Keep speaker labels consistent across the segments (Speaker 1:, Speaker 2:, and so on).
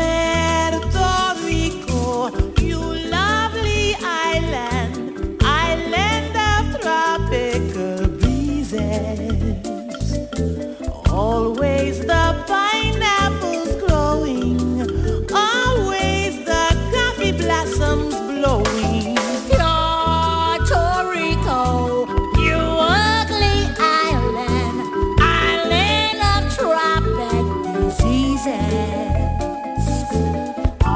Speaker 1: Puerto Rico, you lovely island, island of tropical breezes. Always the pineapples growing, always the coffee blossoms blowing. Puerto Rico, you ugly island, island of tropical diseases.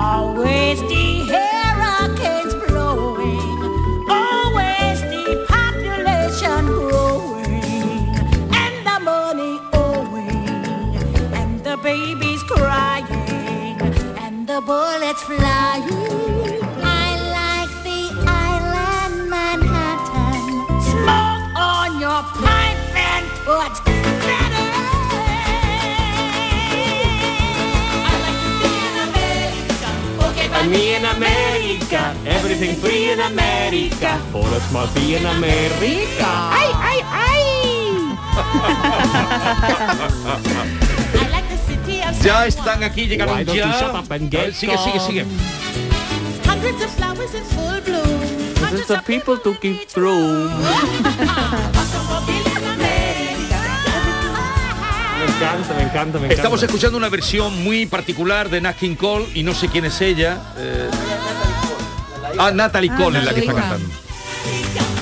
Speaker 1: Always the hurricanes blowing, always the population growing, and the money owing, and the babies crying, and the bullets flying. I like the island Manhattan. Smoke on your pipe and put
Speaker 2: And me in America, everything free in America, for us must be in America.
Speaker 1: ¡Ay, ay, ay!
Speaker 3: Ya están aquí,
Speaker 2: Why
Speaker 3: llegaron
Speaker 2: don't you
Speaker 3: ya.
Speaker 2: shut up and get
Speaker 3: A ver, sigue, sigue, sigue.
Speaker 1: Hundreds of flowers in full bloom.
Speaker 2: It's the people to keep through. Me encanta, me encanta, me encanta.
Speaker 3: Estamos escuchando una versión muy particular de Nat King Cole y no sé quién es ella. eh. Ah, Natalie
Speaker 4: Ah,
Speaker 3: Cole es la que está
Speaker 4: Natalie Cole.
Speaker 3: cantando.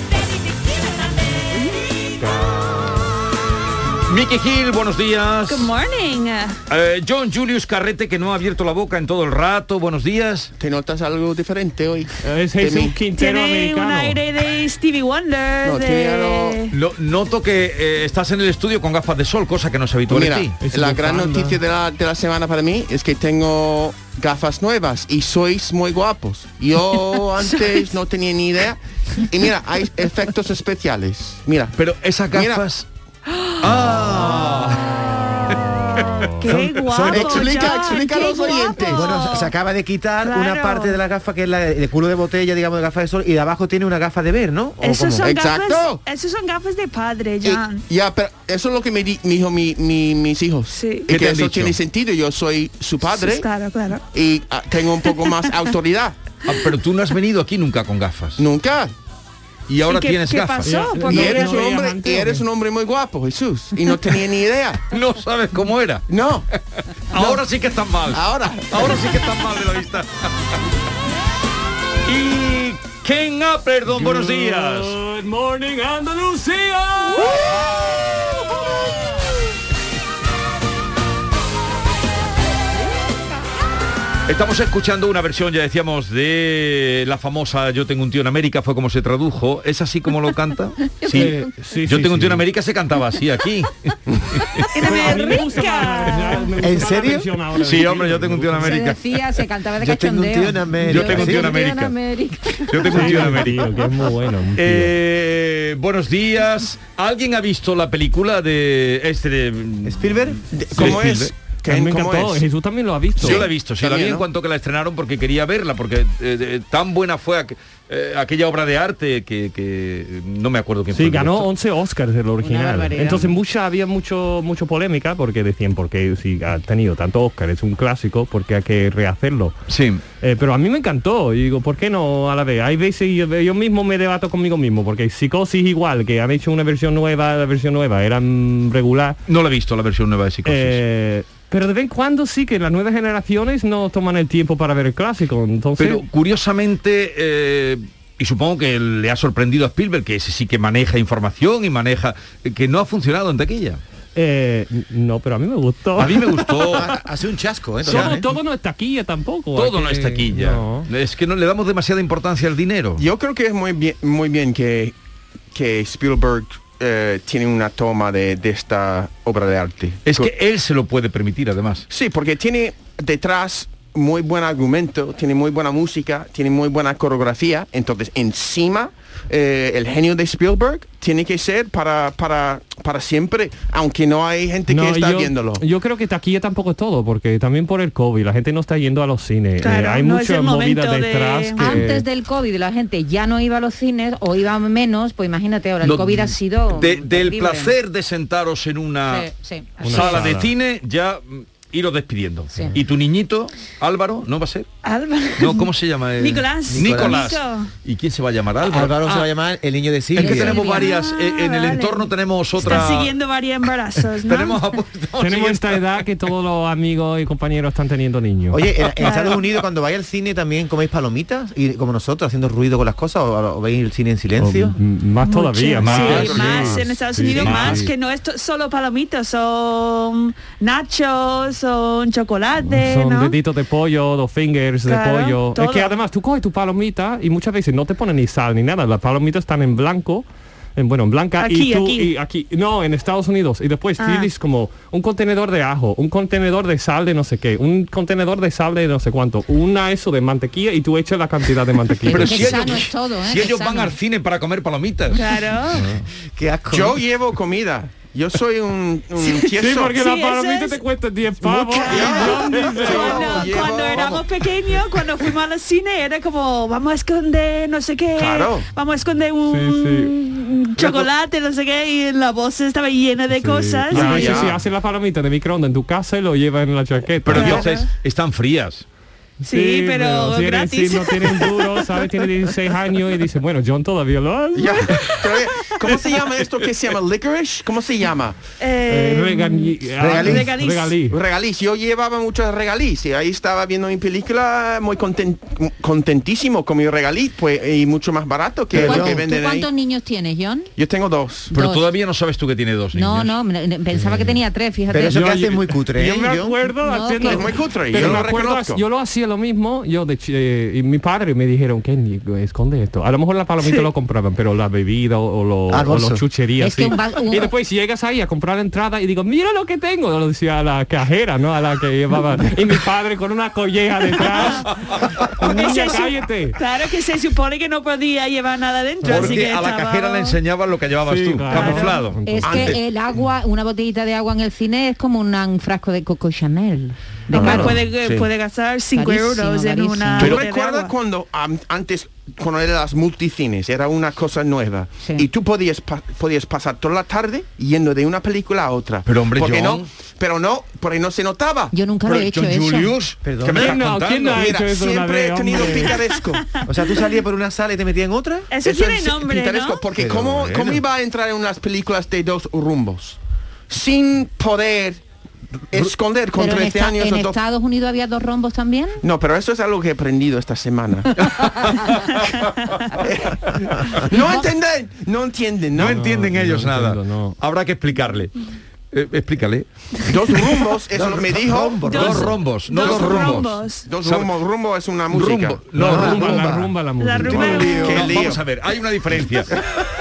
Speaker 3: Mickey Hill, buenos días.
Speaker 4: Good morning.
Speaker 3: Eh, John Julius Carrete, que no ha abierto la boca en todo el rato, buenos días.
Speaker 5: ¿Te notas algo diferente hoy?
Speaker 2: Es
Speaker 5: De
Speaker 2: Jesús
Speaker 5: mí.
Speaker 4: Tiene
Speaker 2: Quintero
Speaker 4: un
Speaker 2: americano.
Speaker 4: aire de Stevie Wonder.
Speaker 5: No,
Speaker 4: de-
Speaker 5: tiene algo-
Speaker 3: Lo- noto que eh, estás en el estudio con gafas de sol, cosa que no es habitual
Speaker 5: Pues Mira,
Speaker 3: en ti.
Speaker 2: Es
Speaker 5: la
Speaker 2: una
Speaker 5: gran
Speaker 2: bufanda.
Speaker 5: noticia de la, de la semana para mí es que tengo gafas nuevas y sois muy guapos. Yo antes no tenía ni idea. Y mira, hay efectos especiales. Mira,
Speaker 3: Pero esas
Speaker 5: Mira.
Speaker 3: gafas... Ah.
Speaker 4: Ah, Qué guapo.
Speaker 5: explica,
Speaker 4: John,
Speaker 5: explica a
Speaker 4: qué
Speaker 5: los
Speaker 4: guapo.
Speaker 5: oyentes.
Speaker 6: Bueno, se- se acaba de quitar
Speaker 4: Claro.
Speaker 6: una parte de la gafa que es la de de culo de botella, digamos, de gafa de sol, y de abajo tiene una gafa de ver, ¿no? ¿O
Speaker 4: Esos
Speaker 6: cómo?
Speaker 4: son, gafas,
Speaker 5: Exacto.
Speaker 4: esos son gafas de padre,
Speaker 5: eh,
Speaker 4: Jan.
Speaker 5: ya, pero eso es lo que me, di- me dijo mi- mi- mis hijos.
Speaker 4: Sí.
Speaker 5: Y
Speaker 3: ¿Qué te
Speaker 5: que
Speaker 3: han
Speaker 5: eso
Speaker 3: dicho?
Speaker 5: tiene sentido. Yo soy su padre
Speaker 4: Sí, claro, claro.
Speaker 5: y ah, tengo un poco más autoridad.
Speaker 3: Ah, pero tú no has venido aquí nunca con gafas.
Speaker 5: Nunca.
Speaker 3: Y ahora
Speaker 4: ¿Y qué-
Speaker 3: tienes
Speaker 4: qué
Speaker 3: gafas.
Speaker 4: pasó?
Speaker 2: Y-
Speaker 4: Porque
Speaker 5: Y
Speaker 2: No,
Speaker 5: eres,
Speaker 2: no
Speaker 5: un
Speaker 2: veías
Speaker 5: hombre,
Speaker 2: antes,
Speaker 5: y
Speaker 2: ¿o
Speaker 5: eres
Speaker 2: qué?
Speaker 5: un hombre muy guapo, Jesús. Y no tenía ni idea.
Speaker 3: No sabes cómo era.
Speaker 5: No.
Speaker 3: Ahora sí que estás mal.
Speaker 5: Ahora.
Speaker 3: Ahora sí que estás mal de la vista. y Ken Perdón, buenos días.
Speaker 2: Good morning, Andalucía.
Speaker 3: Estamos escuchando una versión, ya decíamos, de la famosa Yo tengo un tío en América, fue como se tradujo. ¿Es así como lo canta? Sí.
Speaker 2: Eh, sí,
Speaker 3: Yo
Speaker 2: sí,
Speaker 3: tengo un tío en
Speaker 2: sí.
Speaker 3: América se cantaba así aquí.
Speaker 4: En
Speaker 2: A mí me gusta más-
Speaker 4: América.
Speaker 2: me gusta
Speaker 6: ¿En
Speaker 2: más la
Speaker 6: serio?
Speaker 2: versión ahora
Speaker 3: Sí,
Speaker 2: de
Speaker 3: hombre, yo tengo un tío en
Speaker 7: Se
Speaker 3: América.
Speaker 7: decía, se cantaba de
Speaker 6: Yo tengo un
Speaker 7: cachondeo.
Speaker 6: tío en América.
Speaker 3: Yo tengo un tío en América.
Speaker 2: Eh,
Speaker 3: Yo tengo un tío en América.
Speaker 2: Tío, que es muy bueno. un tío.
Speaker 3: Eh, buenos días. ¿Alguien ha visto la película de este de-
Speaker 6: Spielberg,
Speaker 5: ¿Cómo
Speaker 3: Sí,
Speaker 5: es?
Speaker 3: Spielberg.
Speaker 2: ¿eh? A mí
Speaker 5: Ken,
Speaker 2: me
Speaker 5: ¿cómo
Speaker 2: encantó.
Speaker 5: es?
Speaker 2: Jesús también lo ha visto.
Speaker 3: Yo la he visto, sí, la vi
Speaker 5: También,
Speaker 3: en
Speaker 5: ¿no?
Speaker 3: cuanto que la estrenaron porque quería verla, porque eh, eh, tan buena fue aqu- eh, aquella obra de arte que, que no me acuerdo quién fue.
Speaker 2: Sí,
Speaker 3: el
Speaker 2: ganó
Speaker 3: director.
Speaker 2: 11 Oscars el original.
Speaker 7: barbaridad.
Speaker 2: Entonces mucha, había mucho, mucho polémica porque decían, porque si ha tenido tanto Oscar, es un clásico, porque hay que rehacerlo.
Speaker 3: Sí.
Speaker 2: Eh, pero a mí me encantó, y digo, ¿por qué no a la vez? Hay veces yo, yo mismo me debato conmigo mismo, porque Psicosis igual, que han hecho una versión nueva, la versión nueva era mm, regular,
Speaker 3: No la he visto, la versión nueva de Psicosis.
Speaker 2: eh, pero de vez en cuando sí que las nuevas generaciones no toman el tiempo para ver el clásico, entonces...
Speaker 3: Pero curiosamente, eh, y supongo que le ha sorprendido a Spielberg, que ese sí que maneja información y maneja, eh, que no ha funcionado en taquilla.
Speaker 2: eh, no, pero a mí me gustó.
Speaker 3: A mí me gustó.
Speaker 6: hace un chasco, ¿eh?
Speaker 2: Todo,
Speaker 6: Total, ¿eh?
Speaker 2: todo no es taquilla tampoco.
Speaker 3: Todo
Speaker 2: hay
Speaker 3: no
Speaker 2: que-
Speaker 3: es taquilla.
Speaker 2: No.
Speaker 3: Es que no le damos demasiada importancia al dinero.
Speaker 5: Yo creo que es muy bien, muy bien que, que Spielberg eh, tiene una toma de, de esta obra de arte.
Speaker 3: Es que él se lo puede permitir, además.
Speaker 5: Sí, porque tiene detrás muy buen argumento, tiene muy buena música, tiene muy buena coreografía. Entonces, encima, eh, el genio de Spielberg tiene que ser para, para, para siempre, aunque no hay gente
Speaker 2: No,
Speaker 5: que está
Speaker 2: yo,
Speaker 5: viéndolo.
Speaker 2: yo creo que taquilla tampoco es todo, porque también por el COVID la gente no está yendo a los cines. Eh,
Speaker 4: Claro,
Speaker 2: hay
Speaker 4: no es
Speaker 2: muchas
Speaker 4: el
Speaker 2: movidas
Speaker 4: momento de-
Speaker 2: detrás. que-
Speaker 7: Antes del COVID la gente ya no iba a los cines o iba menos, pues imagínate ahora, el
Speaker 3: Lo-
Speaker 7: COVID ha sido...
Speaker 3: de- del
Speaker 7: terrible.
Speaker 3: placer de sentaros en una
Speaker 7: Sí, sí.
Speaker 2: Una
Speaker 3: sala de
Speaker 2: sala.
Speaker 3: cine, ya mm, iros despidiendo.
Speaker 7: Sí.
Speaker 3: ¿Y tu niñito, Álvaro, no va a ser?
Speaker 4: Álvaro.
Speaker 3: No, ¿cómo se
Speaker 5: Eh,
Speaker 3: llama? él?
Speaker 4: Nicolás.
Speaker 3: Nicolás.
Speaker 4: Nico.
Speaker 3: ¿Y quién se va a llamar Álvaro?
Speaker 6: Álvaro se va a llamar el niño de
Speaker 3: Es
Speaker 6: Silvia.
Speaker 3: que tenemos
Speaker 7: Silvia. Ah,
Speaker 3: varias, eh, en el
Speaker 4: vale.
Speaker 3: entorno tenemos otra...
Speaker 4: Está siguiendo varios embarazos, ¿no?
Speaker 3: Tenemos,
Speaker 2: Tenemos esta edad que todos los amigos y compañeros están teniendo niños.
Speaker 6: Oye, en, en Estados Unidos cuando vais al cine también coméis palomitas y como nosotros haciendo ruido con las cosas o, o veis el cine en
Speaker 2: O,
Speaker 6: silencio.
Speaker 2: Oh, m- más
Speaker 4: Mucho.
Speaker 2: todavía,
Speaker 4: Sí,
Speaker 2: más.
Speaker 3: sí,
Speaker 4: más en Estados
Speaker 2: sí,
Speaker 4: Unidos
Speaker 2: sí.
Speaker 4: más que no es to- solo palomitas son nachos son chocolate
Speaker 2: Son
Speaker 4: ¿no?
Speaker 2: deditos de pollo, dos fingers
Speaker 4: Claro,
Speaker 2: de pollo.
Speaker 4: todo.
Speaker 2: Es que además tú coges tu palomita y muchas veces no te ponen ni sal ni nada. Las palomitas están en blanco. En, bueno, en blanca
Speaker 4: Aquí,
Speaker 2: y tú
Speaker 4: aquí.
Speaker 2: y aquí. No, en Estados Unidos. Y después
Speaker 4: Ah.
Speaker 2: tienes como un contenedor de ajo, un contenedor de sal de no sé qué, un contenedor de sal de no sé cuánto, una eso de mantequilla y tú echas la cantidad de mantequilla.
Speaker 3: Pero
Speaker 7: Qué
Speaker 3: si ellos,
Speaker 7: sano es todo, ¿eh?
Speaker 3: si
Speaker 7: Qué
Speaker 3: ellos van
Speaker 7: sano.
Speaker 3: al cine para comer palomitas. Ah.
Speaker 4: claro
Speaker 6: Qué asco.
Speaker 5: Yo llevo comida. Yo soy un, un tieso.
Speaker 2: Sí, porque
Speaker 4: Sí,
Speaker 2: la
Speaker 4: eso
Speaker 2: palomita
Speaker 4: es-
Speaker 2: te cuesta 10 pavos.
Speaker 5: Mucho.
Speaker 2: y yo desde-
Speaker 5: Sí.
Speaker 4: Bueno,
Speaker 5: llevo-
Speaker 4: cuando éramos pequeños, cuando fuimos al cine, era como, vamos a esconder no sé qué,
Speaker 5: Claro.
Speaker 4: vamos a esconder un Mm, chocolate, no sé qué, y la bolsa estaba llena de cosas.
Speaker 2: Y a
Speaker 5: Ah,
Speaker 4: y-
Speaker 2: veces
Speaker 5: ya.
Speaker 2: si haces la palomita de microondas en tu casa y lo llevas en la chaqueta.
Speaker 3: Pero
Speaker 4: Claro.
Speaker 3: entonces están frías.
Speaker 4: sí, pero,
Speaker 2: tiene-
Speaker 4: gratis.
Speaker 2: sí, no tiene un duro, ¿sabes? Tiene 16 años y dice, bueno, John todavía lo hace.
Speaker 5: Ya, pero, eh, ¿Cómo se llama esto que se llama licorice? ¿Cómo se llama?
Speaker 4: Eh,
Speaker 2: Eh, regañi- ah,
Speaker 4: Regaliz. Regaliz.
Speaker 2: regaliz.
Speaker 5: Regaliz. Yo llevaba muchos regaliz y ahí estaba viendo mi película muy conten- contentísimo con mi regaliz pues, y mucho más barato que
Speaker 7: ¿Cuán-
Speaker 5: lo que
Speaker 7: ¿tú
Speaker 5: venden ahí.
Speaker 7: ¿Cuántos niños tienes, John?
Speaker 5: Yo tengo dos.
Speaker 3: Pero
Speaker 7: Dos.
Speaker 3: todavía no sabes tú que tiene dos
Speaker 7: No,
Speaker 3: niños.
Speaker 7: no, me- pensaba que tenía tres, fíjate.
Speaker 6: Pero eso
Speaker 2: Eh, Yo-
Speaker 6: que hace
Speaker 2: yo-
Speaker 6: es muy cutre,
Speaker 2: Yo
Speaker 6: ¿eh?
Speaker 2: me
Speaker 6: Yo-
Speaker 2: acuerdo
Speaker 7: No,
Speaker 2: haciendo-
Speaker 7: que- Es
Speaker 5: muy cutre,
Speaker 2: pero
Speaker 5: yo
Speaker 2: me
Speaker 5: lo
Speaker 2: acuerdo-
Speaker 5: reconozco.
Speaker 2: yo lo hacía lo mismo, yo de ch- eh, y mi padre me dijeron que ni- esconde esto. A lo mejor la palomita lo compraban, pero la bebida o, o lo-
Speaker 6: Ah,
Speaker 2: o los
Speaker 6: bolso.
Speaker 2: chucherías.
Speaker 7: Es que
Speaker 2: sí.
Speaker 7: un va- un-
Speaker 2: Y después llegas ahí a comprar la entrada y digo, mira lo que tengo. Lo decía a la cajera, ¿no? A la que llevaba. y mi padre con una colleja detrás.
Speaker 4: porque
Speaker 2: Niña,
Speaker 4: se su-
Speaker 2: cállate.
Speaker 4: Claro que se supone que no podía llevar nada dentro, así
Speaker 3: Porque
Speaker 4: que
Speaker 3: a la
Speaker 4: estaba-
Speaker 3: cajera le enseñabas lo que llevabas
Speaker 2: Sí,
Speaker 3: tú,
Speaker 2: claro.
Speaker 3: camuflado.
Speaker 7: Es
Speaker 5: Antes.
Speaker 7: que el agua, una botellita de agua en el cine es como una- un frasco de Coco Chanel. De
Speaker 4: Además,
Speaker 7: caro.
Speaker 4: puede,
Speaker 5: sí.
Speaker 4: puede gastar 5
Speaker 7: Carísimo,
Speaker 4: euros en
Speaker 7: carísimo.
Speaker 4: una...
Speaker 7: ¿Tú
Speaker 5: ¿Tú
Speaker 4: botella de
Speaker 5: recuerdas
Speaker 4: agua?
Speaker 5: cuando am- antes, cuando eran las multicines, era una cosa nueva?
Speaker 7: Sí.
Speaker 5: Y tú podías, pa- podías pasar toda la tarde yendo de una película a otra.
Speaker 3: Pero, hombre,
Speaker 5: porque
Speaker 3: John.
Speaker 5: no, pero no, porque no se notaba.
Speaker 7: Yo nunca lo he hecho
Speaker 3: John
Speaker 7: eso.
Speaker 3: Julius,
Speaker 6: Perdón.
Speaker 3: ¿qué me estás
Speaker 2: ¿Quién no? ¿Quién
Speaker 3: contando?
Speaker 2: no? ha
Speaker 5: Mira,
Speaker 2: hecho eso una
Speaker 5: siempre
Speaker 2: vez,
Speaker 5: he tenido
Speaker 2: hombre.
Speaker 5: picaresco.
Speaker 6: O sea, tú salías por una sala y te metían en otra.
Speaker 4: Eso,
Speaker 5: Eso
Speaker 4: tiene
Speaker 5: es
Speaker 4: nombre,
Speaker 5: pintoresco,
Speaker 4: ¿no?
Speaker 5: Porque
Speaker 6: Pero
Speaker 5: ¿cómo,
Speaker 6: bueno.
Speaker 5: ¿cómo iba a entrar en unas películas de dos rumbos? Sin poder esconder con
Speaker 7: Pero en,
Speaker 5: 13
Speaker 7: esta-
Speaker 5: años
Speaker 7: en
Speaker 5: o dos-
Speaker 7: Estados Unidos había dos rombos también.
Speaker 5: No, pero eso es algo que he aprendido esta semana. no entienden, no entienden,
Speaker 3: No,
Speaker 5: ¿no?
Speaker 3: entienden
Speaker 2: no
Speaker 3: ellos nada.
Speaker 2: entiendo, no.
Speaker 3: Habrá que explicarle. Eh, explícale.
Speaker 5: Dos rumbos, eso lo me dijo.
Speaker 3: Dos, rombos, no
Speaker 4: dos
Speaker 3: dos, rumbos.
Speaker 4: rombos.
Speaker 5: Dos
Speaker 3: ¿Sabe?
Speaker 5: rumbos, rumbo es una música.
Speaker 3: Rumbo. No,
Speaker 2: la rumba,
Speaker 3: rumba.
Speaker 2: la rumba, la
Speaker 4: La
Speaker 2: música.
Speaker 4: rumba
Speaker 3: No,
Speaker 5: lío. Qué lío.
Speaker 3: vamos a ver, hay una diferencia.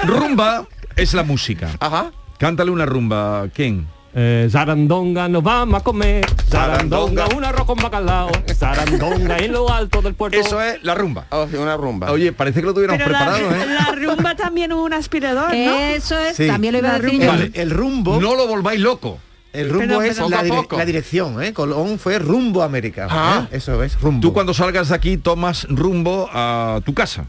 Speaker 3: rumba es la música.
Speaker 5: Ajá.
Speaker 3: Cántale una rumba, ¿quién?
Speaker 2: Eh, zarandonga nos vamos a comer. Zarandonga,
Speaker 3: Zarandonga.
Speaker 2: un arroz con bacalao. Zarandonga en lo alto del puerto.
Speaker 3: Eso es la rumba.
Speaker 5: Oh, una rumba.
Speaker 3: Oye, parece que lo tuviéramos
Speaker 4: Pero la,
Speaker 3: preparado, ¿eh?
Speaker 4: la rumba también un aspirador, ¿no?
Speaker 7: Eso es,
Speaker 6: Sí.
Speaker 7: también lo iba a decir
Speaker 6: El,
Speaker 7: yo.
Speaker 3: Vale.
Speaker 6: el rumbo,
Speaker 3: No lo volváis loco.
Speaker 6: el rumbo
Speaker 4: Pero-
Speaker 6: es
Speaker 4: pero-
Speaker 6: la,
Speaker 5: Poco a
Speaker 6: dire-
Speaker 5: poco.
Speaker 6: la dirección, ¿eh? Colón fue rumbo a América.
Speaker 5: Ah.
Speaker 6: ¿eh? Eso es, rumbo.
Speaker 3: Tú cuando salgas de aquí tomas rumbo a tu casa.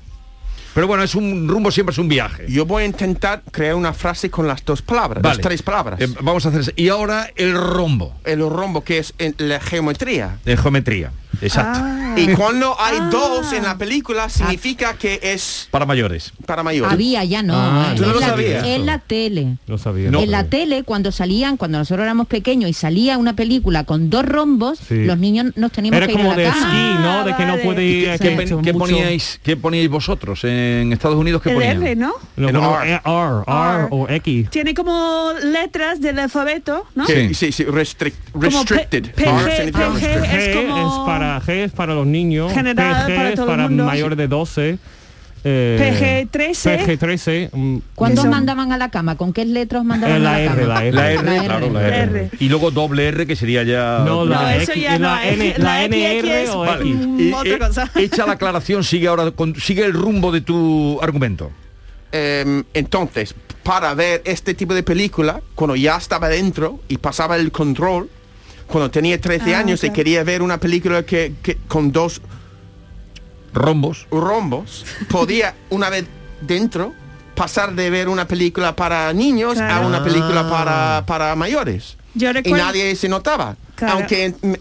Speaker 3: Pero bueno, es un rumbo siempre es un viaje.
Speaker 5: Yo voy a intentar crear una frase con las dos palabras,
Speaker 3: Vale.
Speaker 5: las tres palabras.
Speaker 3: Eh, vamos a hacer y ahora el rombo
Speaker 5: el rombo que es en la geometría.
Speaker 3: de geometría. Exacto.
Speaker 7: Ah.
Speaker 5: Y cuando hay dos en la película significa que es
Speaker 3: Para mayores.
Speaker 5: para mayores.
Speaker 7: Había, ya no.
Speaker 2: Ah,
Speaker 7: ¿eh?
Speaker 2: tú no
Speaker 7: en,
Speaker 2: lo
Speaker 7: la,
Speaker 2: sabías.
Speaker 7: en la tele.
Speaker 2: No sabía.
Speaker 3: No.
Speaker 7: En la tele, cuando salían, cuando nosotros éramos pequeños y salía una película con dos rombos,
Speaker 2: Sí.
Speaker 7: los niños nos teníamos
Speaker 2: Era
Speaker 7: que ir
Speaker 2: como
Speaker 7: a la
Speaker 2: de
Speaker 7: cama.
Speaker 2: esquí, ¿no? De que no
Speaker 4: vale.
Speaker 2: puede
Speaker 3: ¿Y
Speaker 2: ir.
Speaker 3: qué,
Speaker 2: que
Speaker 3: qué-
Speaker 2: mucho-
Speaker 3: qué poníais, qué poníais vosotros en Estados Unidos? ¿Qué
Speaker 4: El
Speaker 3: ponían?
Speaker 4: R, ¿no?
Speaker 2: No,
Speaker 5: En
Speaker 2: bueno,
Speaker 5: R.
Speaker 2: eh, R, R,
Speaker 4: R.
Speaker 2: o X.
Speaker 4: Tiene como letras del alfabeto, ¿no?
Speaker 3: Sí.
Speaker 5: ¿Ah? Sí, sí, restrict-
Speaker 4: Como P-
Speaker 5: restricted.
Speaker 4: PG,
Speaker 5: Ahora significa
Speaker 4: PG.
Speaker 5: restricted.
Speaker 4: Es
Speaker 2: G
Speaker 4: como-
Speaker 2: es para G es para los niños,
Speaker 4: General,
Speaker 2: PG
Speaker 4: para
Speaker 2: es
Speaker 4: todo el
Speaker 2: para
Speaker 4: mundo.
Speaker 2: mayores de 12, eh,
Speaker 4: PG-13.
Speaker 2: PG-13. mm,
Speaker 7: ¿Cuántos
Speaker 4: Eso.
Speaker 7: mandaban a la cama? ¿Con qué letras mandaban
Speaker 2: Eh, la
Speaker 7: a la
Speaker 2: R,
Speaker 7: cama?
Speaker 2: la R.
Speaker 3: La
Speaker 7: La
Speaker 3: R,
Speaker 7: R.
Speaker 3: claro, la R.
Speaker 4: R.
Speaker 3: Y luego doble R que sería ya...
Speaker 2: No, la,
Speaker 4: No, eso
Speaker 2: X,
Speaker 4: ya
Speaker 2: la
Speaker 4: no es.
Speaker 2: N, la
Speaker 4: La
Speaker 2: NR
Speaker 4: XX
Speaker 2: o
Speaker 4: es-
Speaker 3: Vale.
Speaker 2: X.
Speaker 4: Mm,
Speaker 3: Y- y-
Speaker 4: otra cosa.
Speaker 3: Hecha la aclaración, sigue ahora, con- sigue el rumbo de tu argumento.
Speaker 5: Em, entonces, para ver este tipo de película, cuando ya estaba dentro y pasaba el control, cuando tenía 13
Speaker 4: Ah,
Speaker 5: años y
Speaker 4: claro.
Speaker 5: quería ver una película que, que- con dos
Speaker 3: Rombos.
Speaker 5: rombos, podía una vez dentro pasar de ver una película para niños a
Speaker 4: Claro.
Speaker 5: una película
Speaker 6: Ah.
Speaker 5: para, para mayores.
Speaker 4: Yo
Speaker 5: Y
Speaker 4: recuerdo-
Speaker 5: nadie se notaba,
Speaker 4: Claro.
Speaker 5: aunque mm,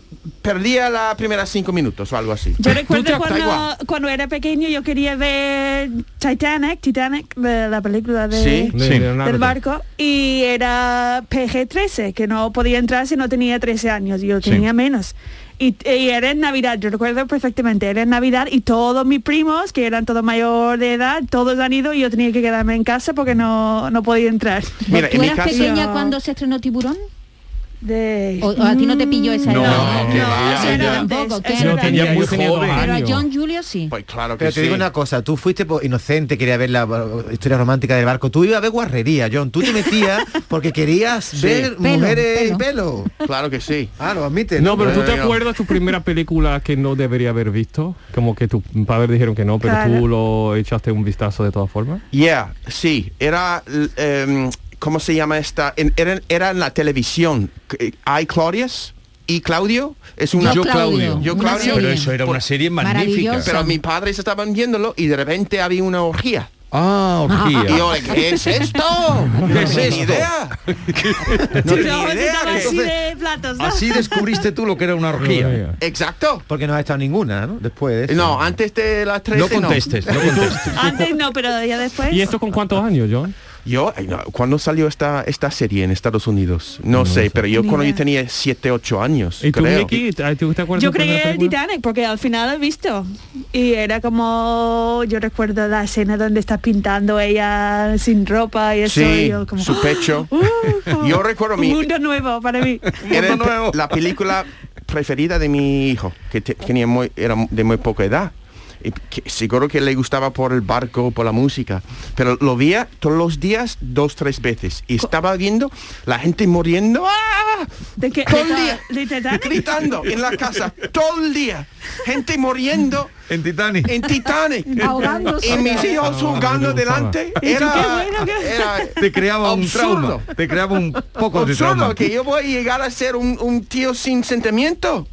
Speaker 5: perdía las primeras cinco minutos o algo así.
Speaker 4: Yo
Speaker 5: Tú te-
Speaker 4: recuerdo
Speaker 5: Taiwán.
Speaker 4: cuando, cuando era pequeño yo quería ver Titanic, Titanic, de la película de,
Speaker 5: Sí.
Speaker 2: De
Speaker 3: Sí.
Speaker 2: Leonardo.
Speaker 4: del barco, y era PG-13, que no podía entrar si no tenía 13 años, yo
Speaker 3: Sí.
Speaker 4: tenía menos. Y, y era en Navidad, yo recuerdo perfectamente, era en Navidad y todos mis primos, que eran todos mayor de edad, todos han ido y yo tenía que quedarme en casa porque no, no podía entrar.
Speaker 5: Mira, en
Speaker 7: ¿Tú
Speaker 5: mi
Speaker 7: eras
Speaker 5: casa-
Speaker 7: pequeña
Speaker 4: No.
Speaker 7: cuando se estrenó Tiburón?
Speaker 4: De...
Speaker 7: ¿O, o a ti no te pilló esa
Speaker 3: No,
Speaker 7: edad?
Speaker 3: no, que va,
Speaker 4: eso era
Speaker 3: ya.
Speaker 4: antes,
Speaker 7: Tampoco,
Speaker 4: eso
Speaker 7: que
Speaker 2: Yo
Speaker 4: era
Speaker 2: tenía
Speaker 4: antes.
Speaker 2: muy
Speaker 3: Yo tenía
Speaker 2: joven.
Speaker 3: dos
Speaker 7: Pero a
Speaker 2: años.
Speaker 7: John Julio sí.
Speaker 5: Pues claro que
Speaker 6: Pero te digo
Speaker 5: sí.
Speaker 6: una cosa, tú fuiste por inocente, quería ver la eh, historia romántica del barco. Tú ibas a ver guarrería, John. Tú te metías porque querías ver
Speaker 7: Pelo,
Speaker 6: mujeres y
Speaker 7: pelo.
Speaker 6: pelo.
Speaker 5: Claro que sí.
Speaker 6: Ah, lo admite.
Speaker 2: No, pero tú te
Speaker 5: Bueno.
Speaker 2: acuerdas tus primeras películas que no debería haber visto, como que tus padres dijeron que no, pero tú
Speaker 4: Claro.
Speaker 2: lo echaste un vistazo de todas formas.
Speaker 5: Yeah, sí, era, l- em, ¿cómo se llama esta? En- era, era en la televisión. C- Hay Claudius y Claudio. Es una...
Speaker 7: Yo, Claudio.
Speaker 5: Yo,
Speaker 7: Una
Speaker 5: Claudio.
Speaker 3: Pero
Speaker 7: serie.
Speaker 3: eso era una serie magnífica.
Speaker 7: Maravillosa.
Speaker 5: Pero mis padres estaban viéndolo y de repente había una orgía.
Speaker 3: Ah, orgía.
Speaker 5: Y yo, ¿qué es esto?
Speaker 3: ¿Qué es
Speaker 5: Ni
Speaker 3: esto?
Speaker 5: idea. No tenía
Speaker 4: Sí, no,
Speaker 5: idea.
Speaker 4: así
Speaker 5: que-
Speaker 4: de platos, ¿no?
Speaker 3: Así descubriste tú lo que era una orgía.
Speaker 5: Exacto.
Speaker 6: Porque no ha estado ninguna, ¿no? Después de eso.
Speaker 5: No, antes de las 13
Speaker 3: No contestes, no contestes.
Speaker 4: Antes no, pero ya después.
Speaker 2: ¿Y esto con cuántos años, John?
Speaker 5: Yo, ay, no, ¿cuándo salió esta, esta serie en Estados Unidos? No, sé, pero yo
Speaker 4: Ni
Speaker 5: cuando yo
Speaker 4: idea.
Speaker 5: tenía 7, 8 años,
Speaker 2: ¿Y tú,
Speaker 5: creo.
Speaker 2: Mickey? ¿Te te- te acuerdas
Speaker 4: Yo
Speaker 2: de tu primera
Speaker 4: creí el
Speaker 2: película?
Speaker 4: Titanic porque al final lo he visto. Y era como, yo recuerdo la escena donde está pintando ella sin ropa y eso. y
Speaker 5: Sí,
Speaker 4: yo como,
Speaker 5: su pecho.
Speaker 4: ¡Ah! ¡Uh!
Speaker 5: Yo recuerdo
Speaker 4: Un
Speaker 5: mi-
Speaker 4: mundo nuevo para mí.
Speaker 5: Era el
Speaker 3: Mundo
Speaker 5: pe-
Speaker 3: nuevo.
Speaker 5: la película preferida de mi hijo, que te- tenía muy, era de muy poca edad. Y que seguro que le gustaba por el barco, por la música. Pero lo veía todos los días dos, tres veces. Y estaba viendo la gente muriendo, ¡ah!
Speaker 4: ¿De qué?
Speaker 5: todo el
Speaker 4: de-
Speaker 5: día.
Speaker 4: de Titanic?
Speaker 5: Gritando en la casa, todo el día. Gente muriendo
Speaker 3: En Titanic.
Speaker 5: en Titanic.
Speaker 7: Ahogándose.
Speaker 5: Y mis hijos
Speaker 2: Ah,
Speaker 5: jugando
Speaker 2: me gustaba.
Speaker 5: delante.
Speaker 4: Y tú, qué
Speaker 5: Era,
Speaker 4: bueno que-
Speaker 5: era
Speaker 3: Te creaba un
Speaker 5: Absurdo.
Speaker 3: trauma. Te creaba un poco de trauma.
Speaker 5: Absurdo que yo voy a llegar a ser un, un tío sin sentimiento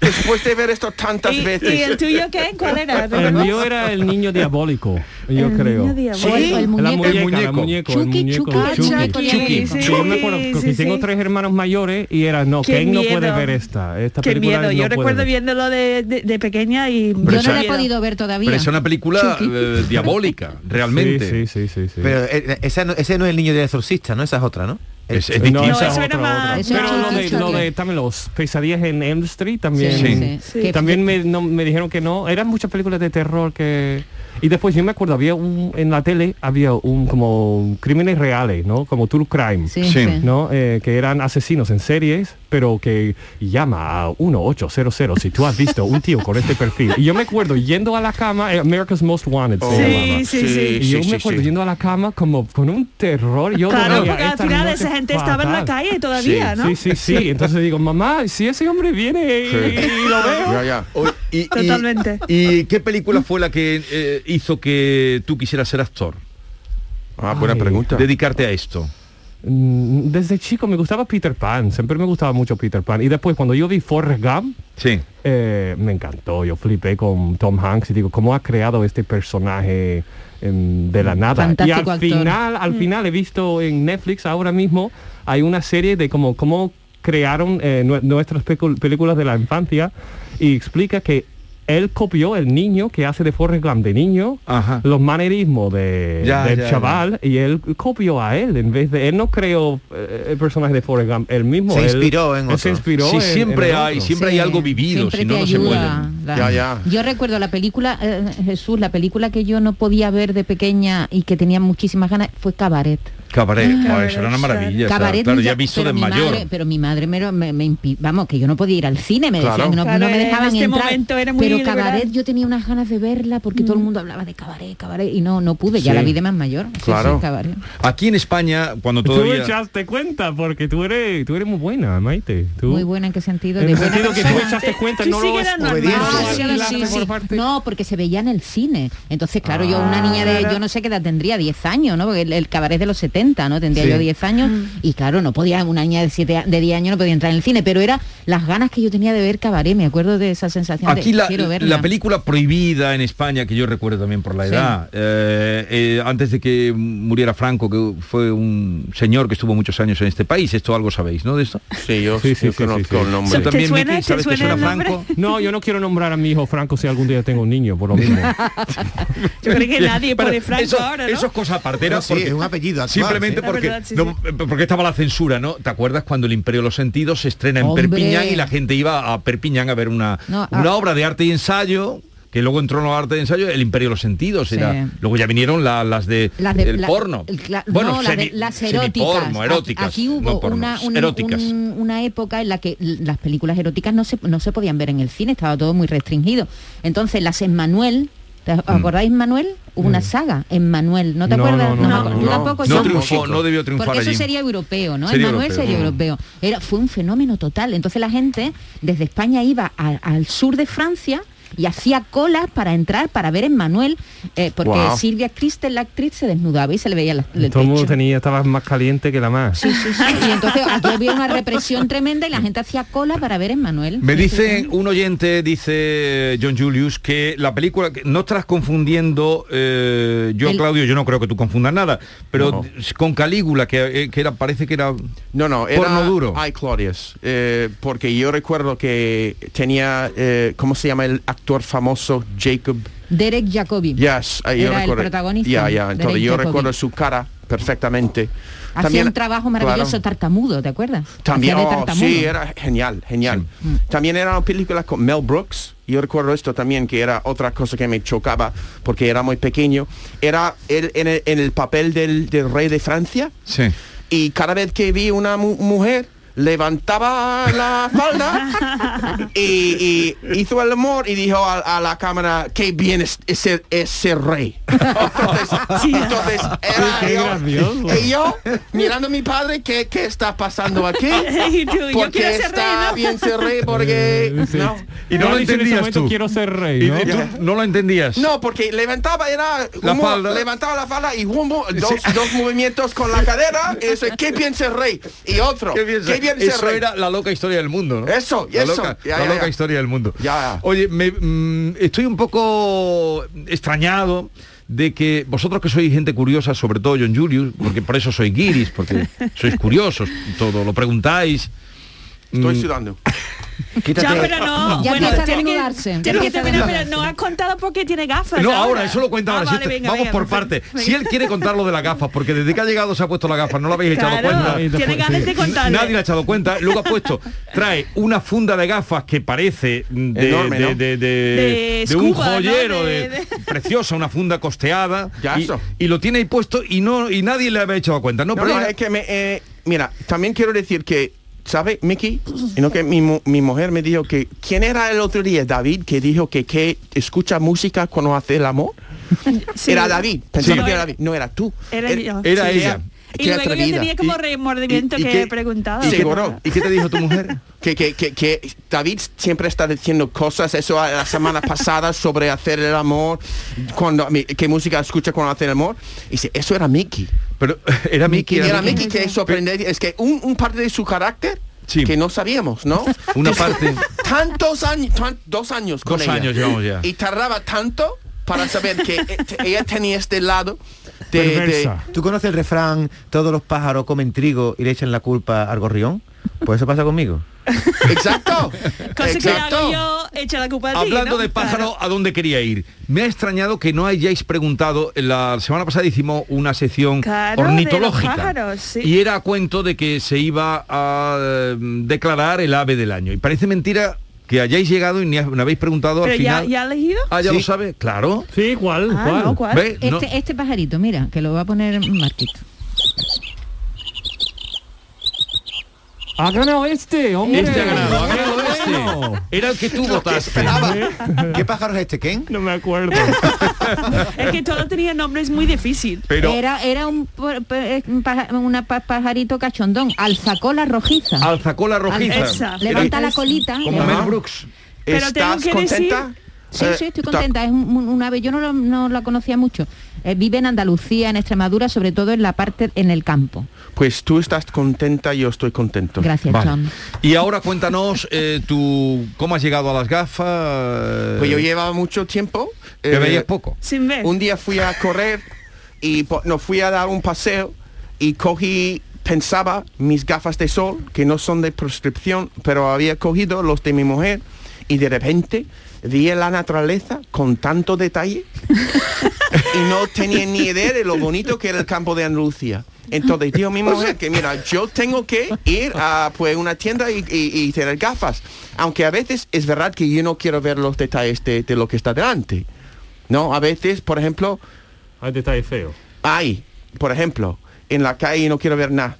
Speaker 5: después de ver esto tantas
Speaker 4: ¿Y,
Speaker 5: veces.
Speaker 4: y el tuyo qué? ¿Cuál era?
Speaker 2: El mío era el niño diabólico, yo
Speaker 4: El
Speaker 2: creo.
Speaker 4: niño diabólico.
Speaker 7: Sí. El
Speaker 2: La
Speaker 7: muñeco.
Speaker 2: muñeca,
Speaker 3: El
Speaker 2: la
Speaker 3: muñeco.
Speaker 2: muñeco, el
Speaker 7: Chucky,
Speaker 2: muñeco,
Speaker 7: Chucky,
Speaker 4: Chucky,
Speaker 7: Chucky,
Speaker 4: Chucky,
Speaker 7: Chucky.
Speaker 4: sí.
Speaker 2: Yo me acuerdo que
Speaker 4: sí,
Speaker 2: tengo
Speaker 4: sí.
Speaker 2: tres hermanos mayores y era, no,
Speaker 4: Qué
Speaker 2: Ken no puede
Speaker 4: miedo.
Speaker 2: ver esta. Esta
Speaker 4: Qué
Speaker 2: película
Speaker 4: miedo.
Speaker 2: no
Speaker 4: Yo
Speaker 2: puede
Speaker 4: recuerdo
Speaker 2: ver.
Speaker 4: viéndolo de, de- de pequeña y...
Speaker 7: Yo no
Speaker 3: esa-
Speaker 7: la he
Speaker 4: miedo.
Speaker 7: podido ver todavía.
Speaker 3: Pero es una película
Speaker 7: Chucky.
Speaker 3: eh, diabólica, realmente.
Speaker 2: Sí, sí, sí, sí. sí.
Speaker 6: Pero eh, esa no- ese no es el niño del exorcista, ¿no? Esa es otra, ¿no?
Speaker 3: Es- es
Speaker 2: No,
Speaker 3: distinta.
Speaker 2: esa
Speaker 4: eso era
Speaker 2: es otra,
Speaker 4: más-
Speaker 2: otra.
Speaker 7: Eso era
Speaker 2: Pero lo
Speaker 7: más
Speaker 2: de, lo
Speaker 7: Chucky.
Speaker 2: de también los pesadillas en Elm Street también.
Speaker 7: Sí, sí, sí.
Speaker 2: También me, no- me dijeron que no. Eran muchas películas de terror que... Y después yo me acuerdo, había un, en la tele había un como crímenes reales, ¿no? Como True Crime.
Speaker 7: Sí,
Speaker 3: Sí.
Speaker 7: sí.
Speaker 2: ¿no? Eh, que eran asesinos en series, pero que llama a 1800 si tú has visto un tío con este perfil. Y yo me acuerdo yendo a la cama, eh, America's Most Wanted. se
Speaker 5: Oh,
Speaker 2: llamaba.
Speaker 4: Sí, sí, sí.
Speaker 2: Y yo me acuerdo yendo a la cama como con un terror. Yo
Speaker 4: Claro,
Speaker 2: dormía
Speaker 4: porque al
Speaker 2: esta
Speaker 4: final
Speaker 2: noche
Speaker 4: esa gente estaba en la
Speaker 2: fatal.
Speaker 4: calle todavía, ¿no?
Speaker 2: Sí, sí, sí. Entonces digo, mamá, si ese hombre viene y, y lo veo.
Speaker 5: Ya, ya.
Speaker 3: O- y- y-
Speaker 4: Totalmente.
Speaker 3: ¿Y qué película fue la que eh, hizo que tú quisieras ser actor?
Speaker 5: Ah, buena
Speaker 2: Ay.
Speaker 5: pregunta.
Speaker 3: Dedicarte a esto.
Speaker 2: Mm, Desde chico me gustaba Peter Pan, siempre me gustaba mucho Peter Pan. Y después cuando yo vi Forrest Gump,
Speaker 3: Sí.
Speaker 2: Eh, me encantó, yo flipé con Tom Hanks y digo, ¿cómo ha creado este personaje em, de la nada? y
Speaker 7: Fantástico
Speaker 2: al
Speaker 7: actor. Mm.
Speaker 2: final, al final he visto en Netflix ahora mismo, hay una serie de cómo, cómo crearon eh, nue- nuestras pecu- películas de la infancia y explica que él copió el niño que hace de Forrest Gump de niño
Speaker 3: Ajá.
Speaker 2: los manerismos de,
Speaker 3: Ya,
Speaker 2: del
Speaker 3: ya, ya.
Speaker 2: chaval y él copió a él en vez de él no creó eh, el personaje de Forrest Gump él mismo
Speaker 6: Se
Speaker 2: él-
Speaker 6: inspiró en
Speaker 2: él
Speaker 6: otro.
Speaker 2: se inspiró
Speaker 3: Sí,
Speaker 2: en-
Speaker 3: siempre
Speaker 2: en el
Speaker 3: hay,
Speaker 2: otro.
Speaker 3: siempre hay algo vivido,
Speaker 7: Siempre
Speaker 3: si no,
Speaker 7: te
Speaker 3: no se
Speaker 7: ayuda.
Speaker 3: puede.
Speaker 7: verdad.
Speaker 5: Ya, ya.
Speaker 7: Yo recuerdo la película, eh, Jesús, la película que yo no podía ver de pequeña y que tenía muchísimas ganas fue Cabaret.
Speaker 3: Cabaret,
Speaker 4: Ah,
Speaker 3: joder, eso era una
Speaker 4: Cabaret,
Speaker 3: maravilla. o sea,
Speaker 7: Cabaret
Speaker 3: claro,
Speaker 7: nunca-
Speaker 3: ya visto
Speaker 7: pero
Speaker 3: de
Speaker 7: mi
Speaker 3: mayor.
Speaker 7: madre- pero mi madre me, lo- me- me impi- vamos, que yo no podía ir al cine, me
Speaker 5: Claro.
Speaker 7: decían, no,
Speaker 4: Claro,
Speaker 7: no me
Speaker 4: en
Speaker 7: dejaban
Speaker 4: este
Speaker 7: entrar.
Speaker 4: momento era muy
Speaker 7: pero
Speaker 4: liberal. Mm.
Speaker 7: Cabaret yo tenía unas ganas de verla porque todo el mundo hablaba de Cabaret, Cabaret y no no pude, ya
Speaker 3: Sí.
Speaker 7: la vi de más mayor. Sí,
Speaker 5: Claro.
Speaker 7: sí, Cabaret.
Speaker 3: Aquí en España, cuando
Speaker 2: Tú
Speaker 3: todavía...
Speaker 2: echaste cuenta porque tú eres, tú eres muy buena, Maite. Tú,
Speaker 7: Muy buena en qué sentido,
Speaker 2: En
Speaker 7: de
Speaker 2: el
Speaker 7: buena
Speaker 2: sentido que tú
Speaker 7: persona.
Speaker 2: echaste cuenta,
Speaker 4: Tú
Speaker 2: no
Speaker 4: sí
Speaker 2: lo
Speaker 4: que
Speaker 2: has-
Speaker 4: eras
Speaker 2: no
Speaker 6: obediente.
Speaker 2: lo
Speaker 7: Ah,
Speaker 2: has
Speaker 7: sí, sí,
Speaker 2: aislado
Speaker 7: sí.
Speaker 2: por parte-
Speaker 7: No, porque se veía en el cine. Entonces, claro, yo una niña de, yo no sé qué edad tendría, 10 años, ¿no? Porque el, el cabaret de los 70, ¿no? Tendría
Speaker 6: Sí.
Speaker 7: yo 10 años. Y claro, no podía, una niña de, siete a- de 10 años no podía entrar en el cine, pero era las ganas que yo tenía de ver cabaret, me acuerdo de esa sensación
Speaker 3: Aquí
Speaker 7: de
Speaker 3: la,
Speaker 7: quiero verla.
Speaker 3: la película prohibida en España, que yo recuerdo también por la
Speaker 7: Sí.
Speaker 3: edad, eh, eh, antes de que muriera Franco, que fue un señor que estuvo muchos años en este país, esto algo sabéis, ¿no? De esto.
Speaker 5: Sí, yo,
Speaker 2: Sí, sí,
Speaker 5: yo
Speaker 2: sí, sí,
Speaker 5: conozco
Speaker 2: sí.
Speaker 5: el
Speaker 3: Tú
Speaker 5: nombre.
Speaker 4: Santa-
Speaker 3: también,
Speaker 4: suena-
Speaker 3: Miki,
Speaker 4: te
Speaker 3: ¿sabes que
Speaker 4: suena
Speaker 3: suena
Speaker 4: el nombre?
Speaker 3: Franco?
Speaker 2: No, yo no quiero nombrar a mi hijo Franco si algún día tengo un niño, por lo mismo.
Speaker 4: Yo creo que nadie
Speaker 3: Pero
Speaker 4: pone Franco
Speaker 3: eso,
Speaker 4: ahora, ¿no?
Speaker 3: eso es cosa aparte,
Speaker 6: Pero
Speaker 3: era
Speaker 6: sí,
Speaker 3: porque-
Speaker 6: es un apellido actual,
Speaker 3: Simplemente
Speaker 6: sí.
Speaker 4: La
Speaker 3: porque,
Speaker 4: verdad, sí,
Speaker 3: no, eh, porque estaba la censura, ¿no? ¿Te acuerdas cuando el Imperio de los Sentidos se estrena en
Speaker 7: Hombre.
Speaker 3: Perpiñán y la gente iba a Perpiñán a ver una,
Speaker 7: No, ah.
Speaker 3: una
Speaker 7: a-
Speaker 3: obra de arte y ensayo? que luego entró en los arte de ensayo el imperio de los sentidos
Speaker 7: Sí.
Speaker 3: era luego ya vinieron la- las de,
Speaker 7: Las de-
Speaker 3: el
Speaker 7: la-
Speaker 3: porno
Speaker 7: el cla-
Speaker 3: bueno
Speaker 7: no, la de-
Speaker 3: semi-
Speaker 7: las eróticas.
Speaker 3: semiporno,
Speaker 7: Aquí-
Speaker 3: eróticas
Speaker 7: Aquí,
Speaker 3: no
Speaker 7: hubo
Speaker 3: pornos,
Speaker 7: una, un-
Speaker 3: eróticas
Speaker 7: un- una época en la que l- las películas eróticas no se, no se podían ver en el cine, estaba todo muy restringido. Entonces, las Emmanuel, ¿te
Speaker 3: Mm.
Speaker 7: ac- acordáis Manuel? Hubo una saga, Emmanuel, ¿no te
Speaker 2: No,
Speaker 7: acuerdas?
Speaker 2: no, no,
Speaker 7: me
Speaker 2: no,
Speaker 7: acuerdo.
Speaker 2: no,
Speaker 7: ¿Tú
Speaker 2: no.
Speaker 7: tampoco?
Speaker 3: no
Speaker 7: Yo-
Speaker 3: triunfó no debió triunfar
Speaker 7: porque eso
Speaker 3: allí.
Speaker 7: sería europeo, ¿no?
Speaker 3: Sería
Speaker 7: Emmanuel
Speaker 3: europeo.
Speaker 7: sería
Speaker 3: Mm.
Speaker 7: europeo. Era, fue un fenómeno total. Entonces la gente desde España iba a- al sur de Francia y hacía colas para entrar, para ver a Emmanuel, eh, porque
Speaker 5: Guau.
Speaker 7: Silvia Kristen, la actriz, se desnudaba y se le veía la, el
Speaker 2: Todo el mundo
Speaker 7: pecho.
Speaker 2: tenía, estabas más caliente que la más.
Speaker 7: Sí, sí, sí. Y entonces aquí había una represión tremenda y la gente hacía cola para ver a Emmanuel.
Speaker 3: Me dice un oyente, dice John Julius, que la película, que no estás confundiendo, eh, yo
Speaker 7: El-
Speaker 3: Claudio, yo no creo que tú confundas nada, pero
Speaker 5: No.
Speaker 3: con Calígula, que, eh, que era, parece que era...
Speaker 5: No, no, era
Speaker 3: Porno duro.
Speaker 5: Ay, Claudius. eh, porque yo recuerdo que tenía, eh, ¿cómo se llama el actor famoso? Jacob.
Speaker 7: Derek Jacobi.
Speaker 5: Yes, ah, yo
Speaker 7: Era el
Speaker 5: recuerdo.
Speaker 7: protagonista,
Speaker 5: Ya, ya, entonces
Speaker 7: Derek
Speaker 5: yo
Speaker 7: Jacobi.
Speaker 5: recuerdo su cara perfectamente.
Speaker 7: Hacía un trabajo maravilloso
Speaker 5: claro.
Speaker 7: tartamudo, ¿te acuerdas?
Speaker 5: También,
Speaker 7: Hacía de
Speaker 5: oh,
Speaker 7: tartamudo. Mm.
Speaker 5: sí, era genial, genial. También era una película con Mel Brooks. Yo recuerdo esto también, que era otra cosa que me chocaba porque era muy pequeño. Era él en el, en el papel del, del rey de Francia
Speaker 3: Sí.
Speaker 5: y cada vez que vi una mu- mujer levantaba la falda y, y hizo el amor y dijo a, a la cámara qué bien es ese, ese rey entonces, entonces era
Speaker 2: Qué
Speaker 5: yo-
Speaker 2: gracioso.
Speaker 5: y yo mirando a mi padre qué, qué está pasando aquí
Speaker 4: Y tú, yo quiero
Speaker 5: porque
Speaker 4: ser rey,
Speaker 5: está
Speaker 4: ¿no?
Speaker 5: bien ser rey porque
Speaker 2: Sí.
Speaker 5: no
Speaker 3: Eh, Y no lo
Speaker 2: Dice, Eh, en ese
Speaker 3: entendías
Speaker 2: momento,
Speaker 3: tú.
Speaker 2: Quiero ser
Speaker 3: Y,
Speaker 2: rey, ¿no?
Speaker 3: y tú no lo entendías.
Speaker 5: no, porque levantaba era
Speaker 3: La
Speaker 5: un mo-
Speaker 3: falda.
Speaker 5: levantaba la falda y humbo, dos,
Speaker 3: Sí.
Speaker 5: dos movimientos con la cadera, y eso, ¿qué piensa el rey? Y otro,
Speaker 3: Qué
Speaker 5: ¿qué
Speaker 3: bien
Speaker 5: piensa,
Speaker 3: se-
Speaker 5: el
Speaker 3: eso
Speaker 5: rey?
Speaker 3: era la loca historia del mundo, ¿no?
Speaker 5: Eso,
Speaker 3: la
Speaker 5: eso.
Speaker 3: Loca,
Speaker 5: Ya,
Speaker 3: la
Speaker 5: ya,
Speaker 3: loca
Speaker 5: ya.
Speaker 3: historia del mundo.
Speaker 5: Ya.
Speaker 3: Oye, me, mm, estoy un poco extrañado de que vosotros que sois gente curiosa, sobre todo John Julius, porque por eso soy guiris, porque sois curiosos, todo lo preguntáis.
Speaker 5: Estoy
Speaker 3: Mm,
Speaker 5: sudando.
Speaker 6: Quítate.
Speaker 4: Ya, pero no.
Speaker 7: Ya
Speaker 4: bueno,
Speaker 7: empieza a
Speaker 4: tiene que-
Speaker 7: desnudarse.
Speaker 4: tiene
Speaker 7: Ya
Speaker 4: que
Speaker 7: empieza a
Speaker 4: terminar,
Speaker 7: desnudarse.
Speaker 4: pero no has contado porque tiene gafas.
Speaker 3: No, ahora, eso lo cuenta
Speaker 4: Ah,
Speaker 3: ahora. si
Speaker 4: vale,
Speaker 3: te-
Speaker 4: venga,
Speaker 3: Vamos
Speaker 4: venga,
Speaker 3: por
Speaker 4: perfecto.
Speaker 3: parte. Si él quiere contar lo de las gafas, porque desde que ha llegado se ha puesto las gafas, no lo habéis echado
Speaker 4: Claro,
Speaker 3: cuenta.
Speaker 4: tiene ganas de contarle.
Speaker 3: Nadie le ha echado cuenta. Luego ha puesto, trae una funda de gafas que parece mm, de,
Speaker 5: Enorme,
Speaker 3: de-
Speaker 5: ¿no?
Speaker 3: de- de-
Speaker 4: De
Speaker 3: de un
Speaker 4: escuba, ¿no?
Speaker 3: joyero,
Speaker 4: De-
Speaker 3: de-
Speaker 4: de-
Speaker 3: preciosa, una funda costeada.
Speaker 5: Ya
Speaker 3: y,
Speaker 5: eso.
Speaker 3: y lo tiene ahí puesto y no y nadie le había echado cuenta. No,
Speaker 5: No,
Speaker 3: pero
Speaker 5: no,
Speaker 3: era-
Speaker 5: es que me, eh, mira, también quiero decir que, ¿sabe, Mickey? No, que mi, mu- mi mujer me dijo que, ¿quién era el otro día? David, que dijo que, que escucha música cuando hace el amor.
Speaker 4: Sí.
Speaker 5: Era David, pensaba
Speaker 4: Sí.
Speaker 5: que era David. No, era tú.
Speaker 4: Era yo.
Speaker 3: era
Speaker 5: Sí,
Speaker 3: ella.
Speaker 5: Eh,
Speaker 4: Y
Speaker 5: qué
Speaker 4: luego yo
Speaker 5: atrevida.
Speaker 4: tenía como
Speaker 5: Y-
Speaker 4: remordimiento
Speaker 5: y- y
Speaker 4: que
Speaker 5: qué-
Speaker 4: preguntaba.
Speaker 5: y qué-
Speaker 4: Seguro.
Speaker 3: ¿Y qué te dijo tu mujer?
Speaker 5: Que, que, que, que David siempre está diciendo cosas, eso a- la semana pasada sobre hacer el amor, cuando, mi- qué música escucha cuando hace el amor. Y dice, eso era Mickey.
Speaker 3: Pero era Miki.
Speaker 5: Y era Mickey que sorprendente, es que un, un parte de su carácter
Speaker 3: Sí.
Speaker 5: que no sabíamos, ¿no?
Speaker 3: Una parte.
Speaker 5: Tantos años, tan- dos años con
Speaker 3: Dos
Speaker 5: ella.
Speaker 3: años llevamos ya.
Speaker 5: Y tardaba tanto para saber que eh, te- ella tenía este lado de... de-
Speaker 2: Perversa.
Speaker 6: ¿Tú conoces el refrán todos los pájaros comen trigo y le echan la culpa al gorrión? Pues eso pasa conmigo.
Speaker 5: exacto.
Speaker 4: Cosa
Speaker 5: exacto.
Speaker 4: que hago yo, echa la culpa a ti,
Speaker 3: Hablando
Speaker 4: ¿no?
Speaker 3: de pájaro,
Speaker 4: Claro.
Speaker 3: ¿a dónde quería ir? Me ha extrañado que no hayáis preguntado. La semana pasada hicimos una sección
Speaker 4: Claro, de los
Speaker 3: ornitológica.
Speaker 4: pájaros, sí.
Speaker 3: Y em, era a cuento de que se iba a eh, declarar el ave del año. Y parece mentira que hayáis llegado y ni ha- no habéis preguntado
Speaker 4: Pero ya,
Speaker 3: al final.
Speaker 4: ya has elegido.
Speaker 3: Ah, ya
Speaker 5: Sí.
Speaker 3: lo sabe, claro.
Speaker 2: Sí, ¿cuál?
Speaker 4: Ah,
Speaker 2: ¿Cuál?
Speaker 4: no, ¿cuál?
Speaker 3: ¿Ve? No.
Speaker 7: Este, este pajarito, mira, que lo va a poner Marquito.
Speaker 2: Ha ganado este, hombre.
Speaker 3: Este ha ganado, ha ganado
Speaker 2: Bueno.
Speaker 3: este. Era el que tú votaste.
Speaker 6: ¿Qué pájaro es este, Ken?
Speaker 2: No me acuerdo.
Speaker 4: Es que todo tenía nombres muy difícil.
Speaker 3: Pero
Speaker 7: Era, era un, por- por- eh, un paja- una pa- pajarito cachondón, alzacola rojiza.
Speaker 3: alzacola rojiza.
Speaker 4: Esa.
Speaker 3: Era
Speaker 7: Levanta la
Speaker 4: Esa.
Speaker 7: colita.
Speaker 3: Como
Speaker 7: levanta-
Speaker 3: Mel Brooks.
Speaker 4: Pero tengo
Speaker 5: ¿Estás
Speaker 4: que
Speaker 5: contenta?
Speaker 7: Sí,
Speaker 5: Eh,
Speaker 7: sí, estoy
Speaker 5: ta-
Speaker 7: contenta. Es un- un- un ave, yo no, lo- no la conocía mucho. Eh, vive en Andalucía, en Extremadura, sobre todo en la parte, en el campo.
Speaker 5: Pues tú estás contenta, yo estoy contento.
Speaker 7: Gracias,
Speaker 3: Vale.
Speaker 7: John.
Speaker 3: Y ahora cuéntanos eh, tú cómo has llegado a las gafas.
Speaker 5: Pues yo llevaba mucho tiempo.
Speaker 3: que
Speaker 5: eh,
Speaker 3: veías poco.
Speaker 4: Sin ver.
Speaker 5: Un día fui a correr y po- no fui a dar un paseo y cogí, pensaba, mis gafas de sol, que no son de prescripción, pero había cogido los de mi mujer y de repente vi la naturaleza con tanto detalle y no tenía ni idea de lo bonito que era el campo de Andalucía. Entonces dijo mi mujer que mira, yo tengo que ir a pues una tienda y, y- y tener gafas. Aunque a veces es verdad que yo no quiero ver los detalles de, de lo que está delante. No, a veces, por ejemplo,
Speaker 2: Ah, este está ahí feo.
Speaker 5: hay, por ejemplo, en la calle y no quiero ver nada.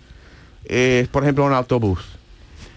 Speaker 5: Eh, por ejemplo, un autobús.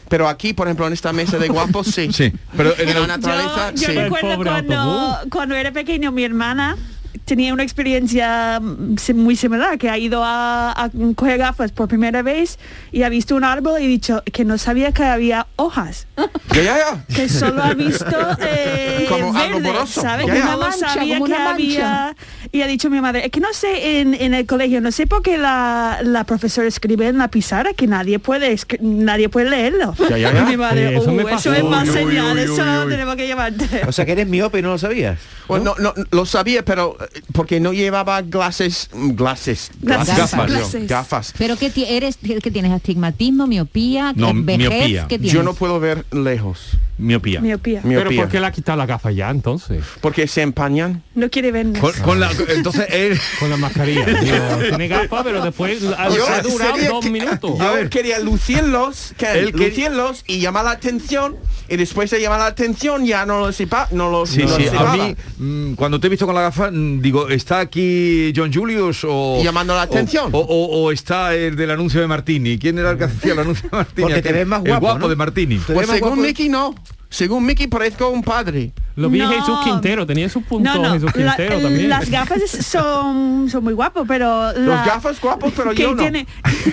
Speaker 5: Pero aquí, por ejemplo, en esta mesa de guapos, sí.
Speaker 3: Sí, pero en
Speaker 5: en
Speaker 3: el-
Speaker 5: la
Speaker 4: Yo,
Speaker 5: naturaleza,
Speaker 4: yo
Speaker 5: Ah, sí.
Speaker 2: no-
Speaker 4: recuerdo
Speaker 2: El pobre
Speaker 4: cuando,
Speaker 2: autobús.
Speaker 4: cuando era pequeño, mi hermana tenía una experiencia mm, si- muy similar, que ha ido a, a coger gafas por primera vez y ha visto un árbol y ha dicho que no sabía que había hojas,
Speaker 5: Ya, ya, ya.
Speaker 4: que solo ha visto eh,
Speaker 5: Como algo
Speaker 4: verde,
Speaker 5: borroso.
Speaker 4: ¿sabes?
Speaker 5: Ya,
Speaker 4: Que
Speaker 5: ya.
Speaker 4: no
Speaker 7: Una mancha,
Speaker 4: sabía
Speaker 7: como
Speaker 4: que
Speaker 7: una mancha.
Speaker 4: había... Y ha dicho mi madre, es que no sé, en, en el colegio, no sé por qué la, la profesora escribe en la pizarra que nadie puede, escri- nadie puede leerlo.
Speaker 5: Ya, ya, ya.
Speaker 4: Y mi madre,
Speaker 2: Eh, eso
Speaker 4: "Uh,
Speaker 2: me
Speaker 4: eso,
Speaker 2: pasó".
Speaker 4: es más
Speaker 2: Uy, uy,
Speaker 4: señal,
Speaker 2: uy,
Speaker 4: eso
Speaker 2: uy, uy.
Speaker 4: tenemos que llevarte.
Speaker 6: O sea, que eres miope y no lo sabías.
Speaker 5: Bueno, Pues no, no, lo sabía, pero eh, porque no llevaba glases, mm, glases,
Speaker 4: Glasses.
Speaker 5: gafas,
Speaker 4: Glasses.
Speaker 5: yo, gafas.
Speaker 7: Pero que eres que tienes astigmatismo,
Speaker 5: Ah,
Speaker 7: miopía,
Speaker 3: No,
Speaker 7: vejez,
Speaker 3: miopía.
Speaker 7: ¿qué tienes?
Speaker 5: Yo no puedo ver lejos,
Speaker 3: Miopía.
Speaker 4: Miopía.
Speaker 2: Pero ¿por qué
Speaker 5: miopía,
Speaker 2: le ha quitado la gafa ya entonces?
Speaker 5: porque se empañan.
Speaker 4: No quiere vernos.
Speaker 3: Con- con la-
Speaker 5: eh,
Speaker 3: entonces él-
Speaker 2: Con la mascarilla. Digo, tiene gafa, pero después ha,
Speaker 5: Yo
Speaker 2: ha durado
Speaker 5: sería
Speaker 2: dos
Speaker 5: que-
Speaker 2: minutos.
Speaker 5: yo
Speaker 3: A ver.
Speaker 5: quería lucirlos, que-
Speaker 3: Él quería-
Speaker 5: lucirlos y llamar la atención y después de llamar la atención ya no los sepa, no los,
Speaker 3: Sí,
Speaker 5: no los
Speaker 3: sí, a
Speaker 5: llevaba.
Speaker 3: mí mm, cuando te he visto con la gafa mm, digo, ¿está aquí John Julius o
Speaker 5: Llamando la
Speaker 3: o-
Speaker 5: atención.
Speaker 3: O, o- o está el del anuncio de Martini? ¿Quién era el que hacía el anuncio de Martini?
Speaker 6: Porque te
Speaker 3: Aquel-
Speaker 6: ves más
Speaker 3: El
Speaker 6: guapo,
Speaker 3: guapo
Speaker 6: ¿no?
Speaker 3: de Martini.
Speaker 6: Te-
Speaker 5: Pues
Speaker 6: Tema
Speaker 5: según
Speaker 6: guapo.
Speaker 5: Mickey no, según Mickey parezco un padre.
Speaker 2: Lo vi
Speaker 4: No.
Speaker 2: Jesús Quintero, tenía sus puntos
Speaker 4: No, no,
Speaker 2: Jesús
Speaker 4: la-
Speaker 2: Quintero también.
Speaker 4: las gafas es- son, son muy guapos, pero... la-
Speaker 5: Los gafas guapos, pero
Speaker 4: que
Speaker 5: yo no.
Speaker 4: tiene,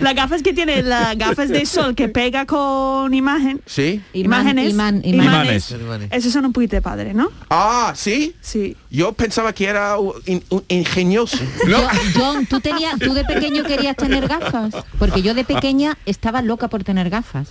Speaker 4: Las gafas que tiene, las gafas de sol que pega con imagen,
Speaker 5: Sí.
Speaker 7: Imán,
Speaker 4: imágenes,
Speaker 7: imán, imán.
Speaker 4: imanes,
Speaker 6: Imanes.
Speaker 4: esos son un poquito de padre, ¿no?
Speaker 5: Ah, sí.
Speaker 4: Sí.
Speaker 5: Yo pensaba que era un- un ingenioso.
Speaker 7: Yo- John, tú tenías, tú de pequeño querías tener gafas, porque yo de pequeña estaba loca por tener gafas.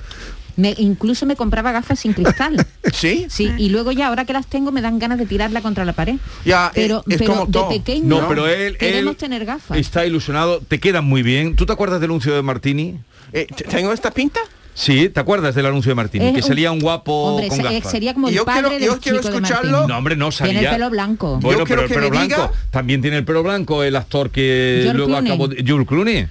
Speaker 7: Me, incluso me compraba gafas sin cristal.
Speaker 5: Sí.
Speaker 7: Sí, y luego ya ahora que las tengo me dan ganas de tirarla contra la pared.
Speaker 5: Ya, eh,
Speaker 7: pero,
Speaker 5: es- es
Speaker 7: pero
Speaker 5: como
Speaker 7: de
Speaker 5: todo.
Speaker 7: pequeño
Speaker 3: No, pero él,
Speaker 7: queremos
Speaker 3: él
Speaker 7: tener gafas.
Speaker 3: está ilusionado, te quedan muy bien. ¿Tú te acuerdas del anuncio de Martini?
Speaker 5: Eh, t- ¿Tengo esta pinta?
Speaker 3: Sí, ¿te acuerdas del anuncio de Martini?
Speaker 7: Es
Speaker 3: que
Speaker 7: un-
Speaker 3: salía un guapo
Speaker 7: Hombre,
Speaker 3: con
Speaker 7: se- eh,
Speaker 3: gafas.
Speaker 7: sería como el
Speaker 5: Yo
Speaker 7: padre
Speaker 5: quiero-
Speaker 7: del
Speaker 5: yo quiero
Speaker 7: chico de
Speaker 5: escucharlo.
Speaker 7: Martín.
Speaker 3: No, hombre, no, salía.
Speaker 7: Tiene el pelo blanco.
Speaker 3: Bueno,
Speaker 5: Yo
Speaker 3: pero
Speaker 5: quiero
Speaker 3: el
Speaker 5: que
Speaker 3: pelo
Speaker 5: me
Speaker 3: blanco.
Speaker 5: diga-
Speaker 3: También tiene el pelo blanco el actor que
Speaker 7: George
Speaker 3: luego
Speaker 7: Clooney.
Speaker 3: acabó... de- George Clooney.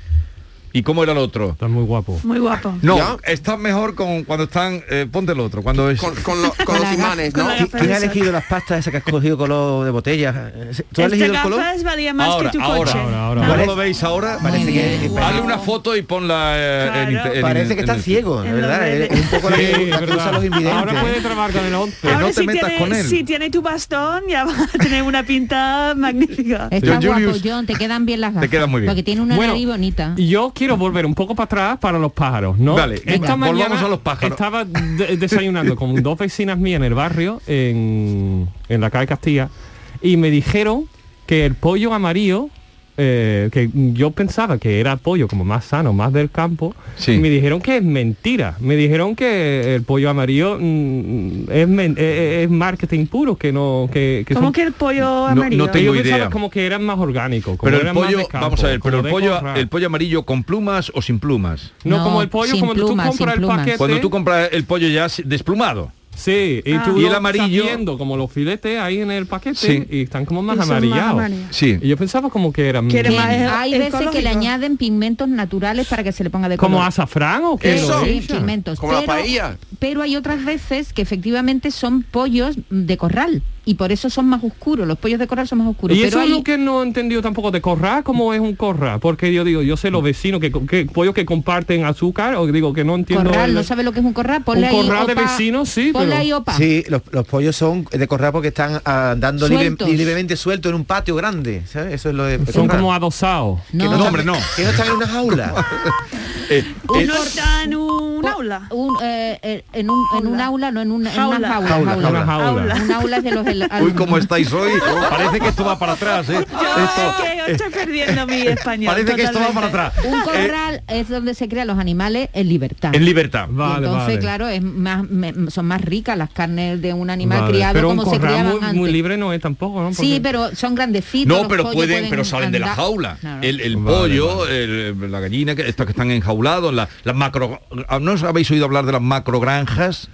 Speaker 3: ¿Y cómo era el otro?
Speaker 2: Está muy guapo.
Speaker 4: Muy guapo.
Speaker 3: No,
Speaker 5: ¿Ya?
Speaker 3: están mejor con cuando están... eh, ponte el otro. Cuando es...
Speaker 5: Con, con lo- con
Speaker 7: Con la
Speaker 5: los
Speaker 7: gafa-
Speaker 5: imanes,
Speaker 4: con
Speaker 5: ¿no?
Speaker 4: la
Speaker 6: ¿Qui-
Speaker 4: gafa
Speaker 6: ¿Quién ha
Speaker 4: esa.
Speaker 6: elegido las pastas esas que has cogido color de botella? ¿Tú has
Speaker 4: Estas
Speaker 6: elegido el color?
Speaker 4: gafas valía más
Speaker 3: Ahora,
Speaker 4: que tu
Speaker 3: ahora,
Speaker 4: coche.
Speaker 2: Ahora, ahora.
Speaker 3: ¿Cómo
Speaker 6: Parece-
Speaker 3: lo veis ahora?
Speaker 7: Muy
Speaker 6: Parece que-
Speaker 7: bien.
Speaker 3: Hazle una foto y ponla eh,
Speaker 4: Claro.
Speaker 3: en inter- en-
Speaker 6: Parece que
Speaker 3: en
Speaker 6: está
Speaker 3: el-
Speaker 6: ciego,
Speaker 4: en
Speaker 6: de
Speaker 4: los
Speaker 6: verdad.
Speaker 4: redes.
Speaker 6: Es un poco la
Speaker 2: Sí,
Speaker 6: que
Speaker 2: es
Speaker 6: la que usan
Speaker 2: verdad.
Speaker 6: los invidentes.
Speaker 2: Ahora puede trabajar con el 11.
Speaker 3: Que no
Speaker 4: Ahora,
Speaker 3: te
Speaker 4: si,
Speaker 3: metas
Speaker 4: tiene,
Speaker 3: con él.
Speaker 4: si tiene tu bastón ya va a tener una pinta magnífica.
Speaker 7: Estás
Speaker 3: John
Speaker 7: guapo,
Speaker 3: Julius.
Speaker 7: John, te quedan bien las gafas.
Speaker 3: quedan muy bien.
Speaker 7: Porque tiene una
Speaker 2: Bueno,
Speaker 7: nariz bonita.
Speaker 2: Yo quiero volver un poco para atrás para los pájaros, ¿no?
Speaker 3: Vale, venga,
Speaker 2: Esta
Speaker 3: volvamos
Speaker 2: mañana
Speaker 3: a los pájaros.
Speaker 2: Estaba de- desayunando con dos vecinas mías en el barrio, en, en la calle Castilla, y me dijeron que el pollo amarillo, eh, que yo pensaba que era pollo como más sano, más del campo,
Speaker 3: Sí.
Speaker 2: y me dijeron que es mentira. Me dijeron que el pollo amarillo mm, es, men- eh, eh, es marketing puro, que no... Que, que
Speaker 4: Como
Speaker 2: son-
Speaker 4: que el pollo
Speaker 3: No- no
Speaker 4: amarillo.
Speaker 3: tengo
Speaker 2: yo pensaba
Speaker 3: idea.
Speaker 2: como que eran más orgánicos, como
Speaker 3: Pero el
Speaker 2: eran más
Speaker 3: pollo,
Speaker 2: de campo,
Speaker 3: vamos a ver,
Speaker 2: como
Speaker 3: pero el
Speaker 2: de
Speaker 3: pollo,
Speaker 2: comprar.
Speaker 3: el pollo amarillo con plumas o sin plumas.
Speaker 2: No,
Speaker 7: No,
Speaker 2: como el pollo,
Speaker 7: sin
Speaker 2: como
Speaker 7: plumas,
Speaker 2: tú compras
Speaker 7: sin
Speaker 2: el
Speaker 7: plumas.
Speaker 2: paquete.
Speaker 3: Cuando tú compras el pollo ya si- desplumado.
Speaker 2: Sí, y
Speaker 4: Ah.
Speaker 2: tú
Speaker 3: Y el
Speaker 2: lo
Speaker 3: amarillo-
Speaker 2: estás viendo como los filetes ahí en el paquete
Speaker 3: Sí.
Speaker 2: y están como más
Speaker 4: Y son más
Speaker 2: amarillados.
Speaker 4: amarillos.
Speaker 3: Sí.
Speaker 2: Y yo pensaba como que eran mm,
Speaker 4: Quiere
Speaker 7: Que
Speaker 4: más es-
Speaker 7: hay veces que le
Speaker 4: ecológico.
Speaker 7: añaden pigmentos naturales para que se le ponga de
Speaker 2: como
Speaker 7: color.
Speaker 2: azafrán o qué
Speaker 5: Eso.
Speaker 2: lo
Speaker 7: Sí,
Speaker 2: echan?
Speaker 7: pigmentos.
Speaker 5: Como la paella.
Speaker 7: pero hay otras veces que efectivamente son pollos de corral y por eso son más oscuros. Los pollos de corral son más oscuros.
Speaker 2: Y
Speaker 7: pero
Speaker 2: eso
Speaker 7: hay-
Speaker 2: es lo que no he entendido tampoco de corra, cómo es un corra, porque yo digo, yo sé los vecinos que, que pollos que comparten azúcar, o digo que no entiendo.
Speaker 7: corral,
Speaker 2: el-
Speaker 7: no sabe lo que es un corral. Ponle
Speaker 2: Un
Speaker 7: ahí
Speaker 2: corral de
Speaker 7: opa-
Speaker 2: vecinos, sí,
Speaker 7: Ponle
Speaker 2: pero-
Speaker 7: ahí opa.
Speaker 6: Sí, los, los pollos son de corral porque están andando libre-
Speaker 7: Sueltos.
Speaker 6: libremente sueltos en un patio grande, ¿sabes? Eso es lo de corral.
Speaker 2: son como adosados.
Speaker 7: No,
Speaker 3: No, hombre, no.
Speaker 6: que no están en una jaula.
Speaker 4: Uno está en un
Speaker 7: po-
Speaker 4: aula.
Speaker 7: un, eh, eh, en, un, en un aula, no en una en una
Speaker 4: Jaula.
Speaker 7: jaula.
Speaker 6: Jaula,
Speaker 7: jaula.
Speaker 2: Una jaula.
Speaker 4: Aula.
Speaker 7: Un aula es de los del-
Speaker 3: Uy, cómo estáis hoy. Oh, Parece que esto va para atrás, ¿eh?
Speaker 4: Yo
Speaker 3: Esto-
Speaker 4: es que yo estoy perdiendo mi español.
Speaker 3: Eh, parece que esto va para
Speaker 4: totalmente.
Speaker 3: atrás. Eh,
Speaker 7: Un corral es donde se crean los animales en libertad.
Speaker 3: En libertad.
Speaker 7: Y
Speaker 2: Vale,
Speaker 7: entonces,
Speaker 2: vale.
Speaker 7: claro, es más, me- son más ricas las carnes de un animal
Speaker 2: Vale,
Speaker 7: criado
Speaker 2: pero un
Speaker 7: como se
Speaker 2: corral
Speaker 7: criaban
Speaker 2: muy,
Speaker 7: antes.
Speaker 2: muy libre no es tampoco, ¿no?
Speaker 7: Sí,
Speaker 2: Porque-
Speaker 7: pero son grandecitos.
Speaker 3: No,
Speaker 7: los
Speaker 3: pero
Speaker 7: pollos
Speaker 3: pueden, pero salen de la
Speaker 7: andar.
Speaker 3: jaula.
Speaker 7: Claro.
Speaker 3: El, el
Speaker 2: Vale,
Speaker 3: pollo, el- la gallina, que, estos que están enjaulados, la- las macro... ¿No os habéis oído hablar de las macrogranjas?